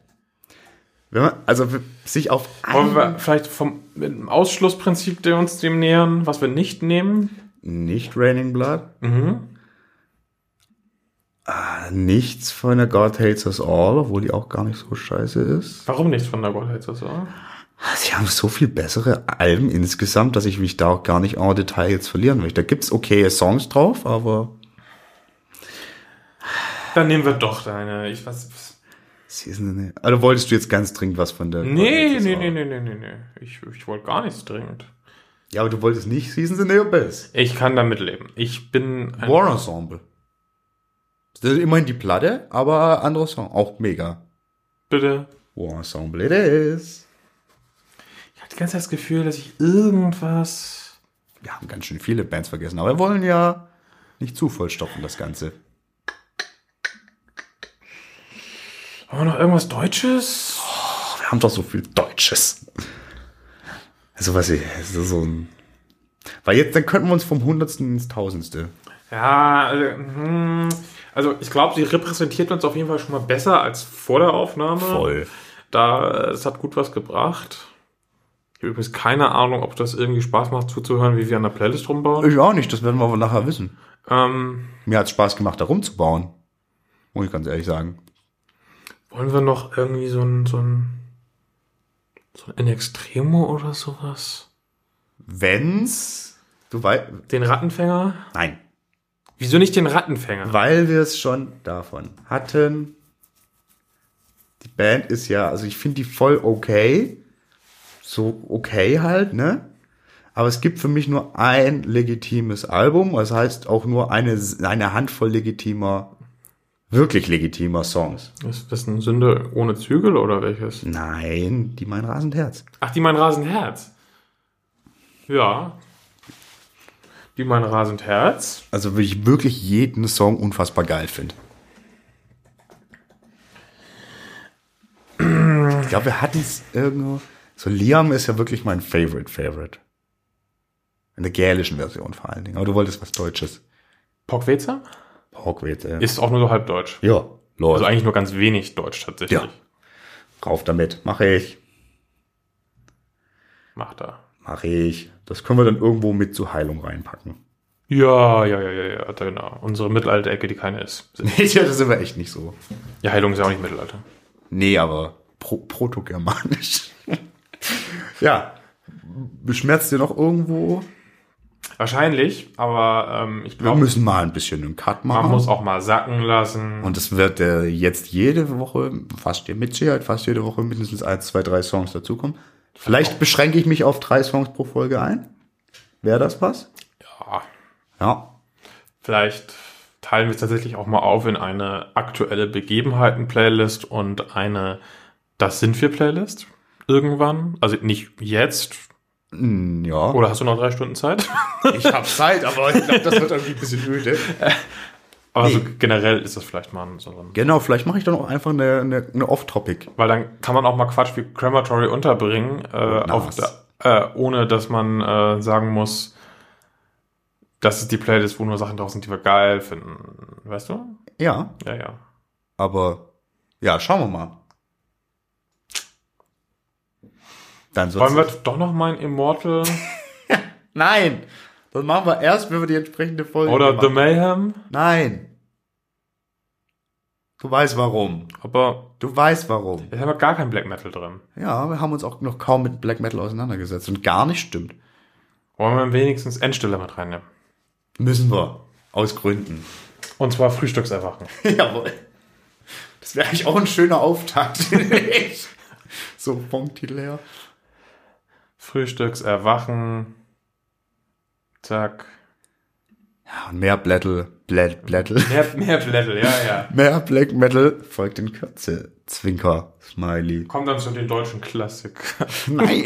Wenn man, also w- sich auf
Wollen
einen
wir vielleicht vom mit dem Ausschlussprinzip der uns dem nähern, was wir nicht nehmen?
nicht Raining Blood,
Mhm.
ah, nichts von der God Hates Us All, obwohl die auch gar nicht so scheiße ist.
Warum nicht von der Gottheit sozusagen?
Sie haben so viel bessere Alben insgesamt, dass ich mich da auch gar nicht en Detail jetzt verlieren möchte. Da gibt's okay Songs drauf, aber
Dann nehmen wir doch deine. Ich weiß.
Season in the- Also wolltest du jetzt ganz dringend was von der God
Nee,
Hates Us
nee,
All?
nee, nee, nee, nee, nee. Ich, ich wollte gar nichts dringend.
Ja, aber du wolltest nicht Seasons in the Abyss.
Ich kann damit leben. Ich bin ein
War Ensemble. Das ist immerhin die Platte, aber anderer Song. Auch mega.
bitte.
War Ensemble it is.
Ich hatte die ganze Zeit das Gefühl, dass ich irgendwas.
Wir haben ganz schön viele Bands vergessen, aber wir wollen ja nicht zu vollstopfen, das Ganze.
Haben wir noch irgendwas Deutsches?
Ach, wir haben doch so viel Deutsches. Also was ich, es ist so ein... Weil jetzt, dann könnten wir uns vom Hundertsten ins Tausendste.
Ja, also, hm, also ich glaube, sie repräsentiert uns auf jeden Fall schon mal besser als vor der Aufnahme. Da, äh, es hat gut was gebracht. Ich habe übrigens keine Ahnung, ob das irgendwie Spaß macht zuzuhören, wie wir an der Playlist rumbauen.
Ich auch nicht, das werden wir aber nachher wissen.
Ähm,
Mir hat's Spaß gemacht, da rumzubauen. Muss ich ganz ehrlich sagen.
wollen wir noch irgendwie so ein, so ein, so ein In Extremo oder sowas?
Wenn's... Du weißt...
Den Rattenfänger?
Nein,
Wieso nicht den Rattenfänger?
Weil wir es schon davon hatten. Die Band ist ja, also ich finde die voll okay. So okay halt, ne? Aber es gibt für mich nur ein legitimes Album. Das heißt auch nur eine, eine Handvoll legitimer, wirklich legitimer Songs.
Ist das eine Sünde ohne Zügel oder welches?
Nein, die mein rasend Herz.
Ach, die mein rasend Herz. Ja. Die mein rasend Herz.
Also wie ich wirklich jeden Song unfassbar geil finde. Ich glaube, wir hatten es irgendwo. So Liam ist ja wirklich mein Favorite Favorite. In der gälischen Version vor allen Dingen. Aber du wolltest was Deutsches.
Pockwetzer?
Hogwarts, äh.
Ist auch nur so halb deutsch.
Ja, los.
Also eigentlich nur ganz wenig deutsch tatsächlich.
Ja. Rauf damit. Mache ich.
Mach da.
Mache ich. Das können wir dann irgendwo mit zur Heilung reinpacken.
Ja, ja, ja, ja, ja, da genau. Unsere Mittelalter-Ecke, die keine ist.
ja, das sind wir echt nicht so.
Ja, Heilung ist ja auch nicht Mittelalter.
Nee, aber pro protogermanisch. ja. Beschmerzt dir noch irgendwo
Wahrscheinlich, aber ähm, ich
Wir
glaube,
müssen mal ein bisschen einen Cut machen.
man muss auch mal sacken lassen.
und es wird äh, jetzt jede Woche, fast mit Sicherheit, fast jede Woche mindestens ein, zwei, drei Songs dazukommen. Vielleicht beschränke ich mich auf drei Songs pro Folge ein. Wäre das was?
Ja,
Ja.
vielleicht teilen wir es tatsächlich auch mal auf in eine aktuelle Begebenheiten-Playlist und eine Das sind wir Playlist. Irgendwann. Also nicht jetzt.
Hm, Ja.
Oder hast du noch drei Stunden Zeit?
ich habe Zeit, aber ich glaube, das wird irgendwie ein bisschen öde.
Aber so generell ist das vielleicht mal so ein
Genau, vielleicht mache ich dann auch einfach eine, eine, eine Off-Topic.
Weil dann kann man auch mal Quatsch wie Crematory unterbringen, äh, auf
Nice.
der, äh, ohne dass man äh, sagen muss, das ist die Playlist, wo nur Sachen drauf sind, die wir geil finden. Weißt du?
Ja,
Ja, ja.
aber ja, schauen wir mal. Dann
Wollen
sonst.
wir doch noch mal ein Immortal
Nein! Das machen wir erst, wenn wir die entsprechende Folge
oder The
gemacht
Mayhem?
haben. Nein! Du weißt warum.
Aber
Du weißt warum.
jetzt haben wir halt gar kein Black Metal drin.
Ja, wir haben uns auch noch kaum mit Black Metal auseinandergesetzt und gar nicht stimmt.
Wollen wir wenigstens Endstille mit reinnehmen?
Müssen wir. Aus Gründen.
Und zwar Frühstückserwachen.
Jawohl. Das wäre eigentlich auch ein schöner Auftakt. so vom Titel her.
Frühstückserwachen. Zack.
Ja, und mehr Blättel, Blät, Blättel.
Mehr, mehr Blättel, ja, ja.
Mehr Black Metal folgt in Kürze. Zwinker, Smiley.
Kommt dann zu den deutschen Klassik.
Nein.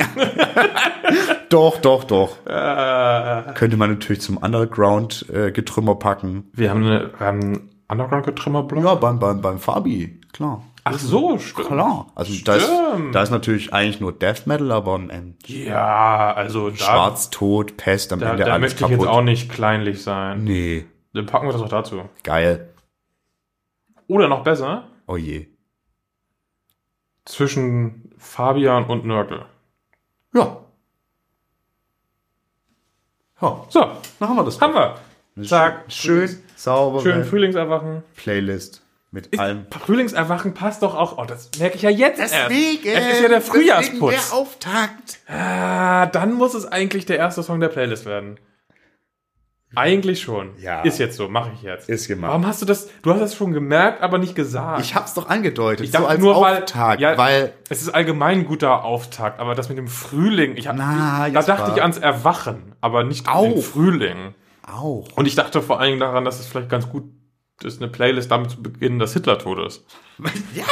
doch, doch, doch.
Äh,
Könnte man natürlich zum Underground-Getrümmer packen.
Wir haben, eine, wir haben einen Underground-Getrümmer-Blog.
Ja, beim, beim, beim Fabi, klar.
Ach so, stimmt.
Klar. Also da ist,
Stimmt.
da ist natürlich eigentlich nur Death Metal, aber ähm,
Ja, also da,
Schwarz, Tod, Pest, am
da,
Ende
da
alles
möchte
kaputt.
ich jetzt auch nicht kleinlich sein.
nee,
Dann packen wir das auch dazu.
geil.
Oder noch besser,
Oh je.
zwischen Fabian und Nörgel.
Ja. Ja,
So,
dann haben wir das.
haben wir. Zack,
Schön, sauber.
schön Frühlingserwachen.
Playlist mit allem.
Frühlingserwachen passt doch auch. Oh, das merke ich ja jetzt erst. Es ist ja der
deswegen
Frühjahrsputz.
Der Auftakt.
Ah, dann muss es eigentlich der erste Song der Playlist werden. Eigentlich schon.
Ja.
Ist jetzt so, mache ich jetzt.
Ist gemacht.
Warum hast du das? Du hast das schon gemerkt, aber nicht gesagt.
Ich hab's doch angedeutet.
Ich dachte
so als
nur, weil-
Auftakt,
ja.
weil
Es ist allgemein ein guter Auftakt, aber das mit dem Frühling, ich hab,
Na,
ich, da
jetzt
dachte
war-
ich ans Erwachen, aber nicht an den
Auch.
Frühling.
auch.
Und ich dachte vor allen Dingen daran, dass es vielleicht ganz gut ist, eine Playlist damit zu beginnen, dass Hitler tot ist.
ja,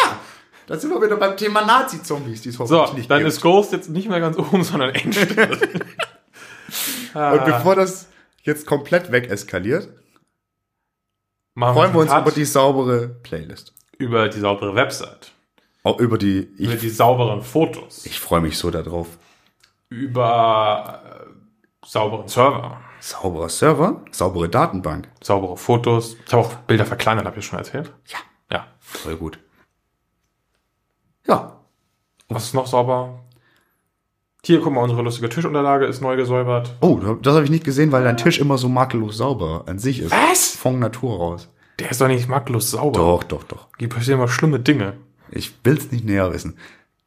da sind wir wieder beim Thema Nazi-Zombies, die es
So,
hoffentlich nicht
dann
gibt.
ist Ghost jetzt nicht mehr ganz oben, sondern Endstelle.
Und bevor das jetzt komplett wegeskaliert,
Machen
freuen wir uns
einen
über
Cut
die saubere Playlist.
über die saubere Website,
Auch über die.
über
Ich,
die sauberen Fotos,
ich freue mich so darauf.
über äh, sauberen Server,
Sauberer Server, saubere Datenbank.
saubere Fotos. Ich habe auch Bilder verkleinert, habe ich schon erzählt. Ja. Ja.
Voll gut. Ja.
Was ist noch sauber? Hier, guck mal, unsere lustige Tischunterlage ist neu gesäubert.
Oh, das habe ich nicht gesehen, weil dein Tisch immer so makellos sauber an sich ist.
Was?
Von Natur raus.
Der ist doch nicht makellos sauber.
Doch, doch, doch.
Hier passieren mal schlimme Dinge.
Ich will's nicht näher wissen.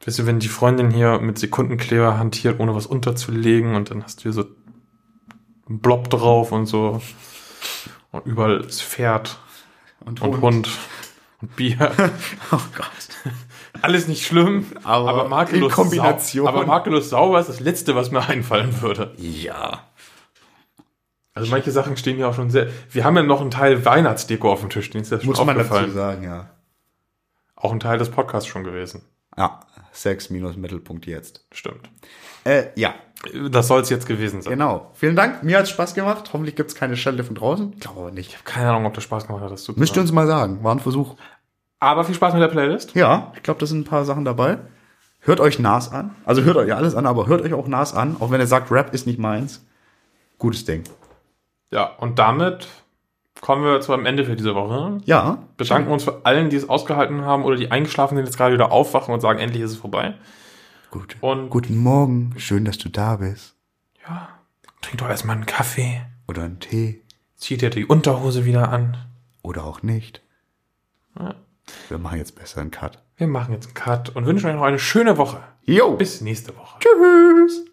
Weißt du, wenn die Freundin hier mit Sekundenkleber hantiert, ohne was unterzulegen und dann hast du hier so einen Blob drauf und so. Und überall ist Pferd und Hund und Bier.
Oh Gott.
Alles nicht schlimm,
Aber
aber, makellos,
in Kombination.
Sau aber makellos sauber ist das Letzte, was mir einfallen würde.
Ja.
Also manche Sachen stehen hier auch schon sehr. Wir haben ja noch einen Teil Weihnachtsdeko auf dem Tisch, den ist das schon
Muss man dazu
aufgefallen.
sagen, ja.
Auch ein Teil des Podcasts schon gewesen.
Ja, Sex-Mittelpunkt jetzt.
Stimmt.
Äh, ja,
Das soll es jetzt gewesen sein.
genau. Vielen Dank. Mir hat's Spaß gemacht. Hoffentlich gibt's keine Schelle von draußen. Ich glaube aber nicht.
Keine Ahnung, ob das Spaß gemacht hat, das zu
Müsst ihr uns mal sagen. War ein Versuch.
Aber viel Spaß mit der Playlist.
Ja, ich glaube, das sind ein paar Sachen dabei. Hört euch Nas an. Also hört euch ja alles an, aber hört euch auch Nas an. Auch wenn er sagt, Rap ist nicht meins. Gutes Ding.
Ja, und damit kommen wir zu einem Ende für diese Woche.
Ja.
Bedanken uns für allen, die es ausgehalten haben oder die eingeschlafen sind, jetzt gerade wieder aufwachen und sagen, endlich ist es vorbei.
Gut.
Und-
Guten Morgen. Schön, dass du da bist.
Ja, trink doch erstmal einen Kaffee,
Oder einen Tee.
zieh dir die Unterhose wieder an.
Oder auch nicht.
Ja.
Wir machen jetzt besser einen Cut.
Wir machen jetzt einen Cut und wünschen euch noch eine schöne Woche.
Jo.
Bis nächste Woche.
Tschüss.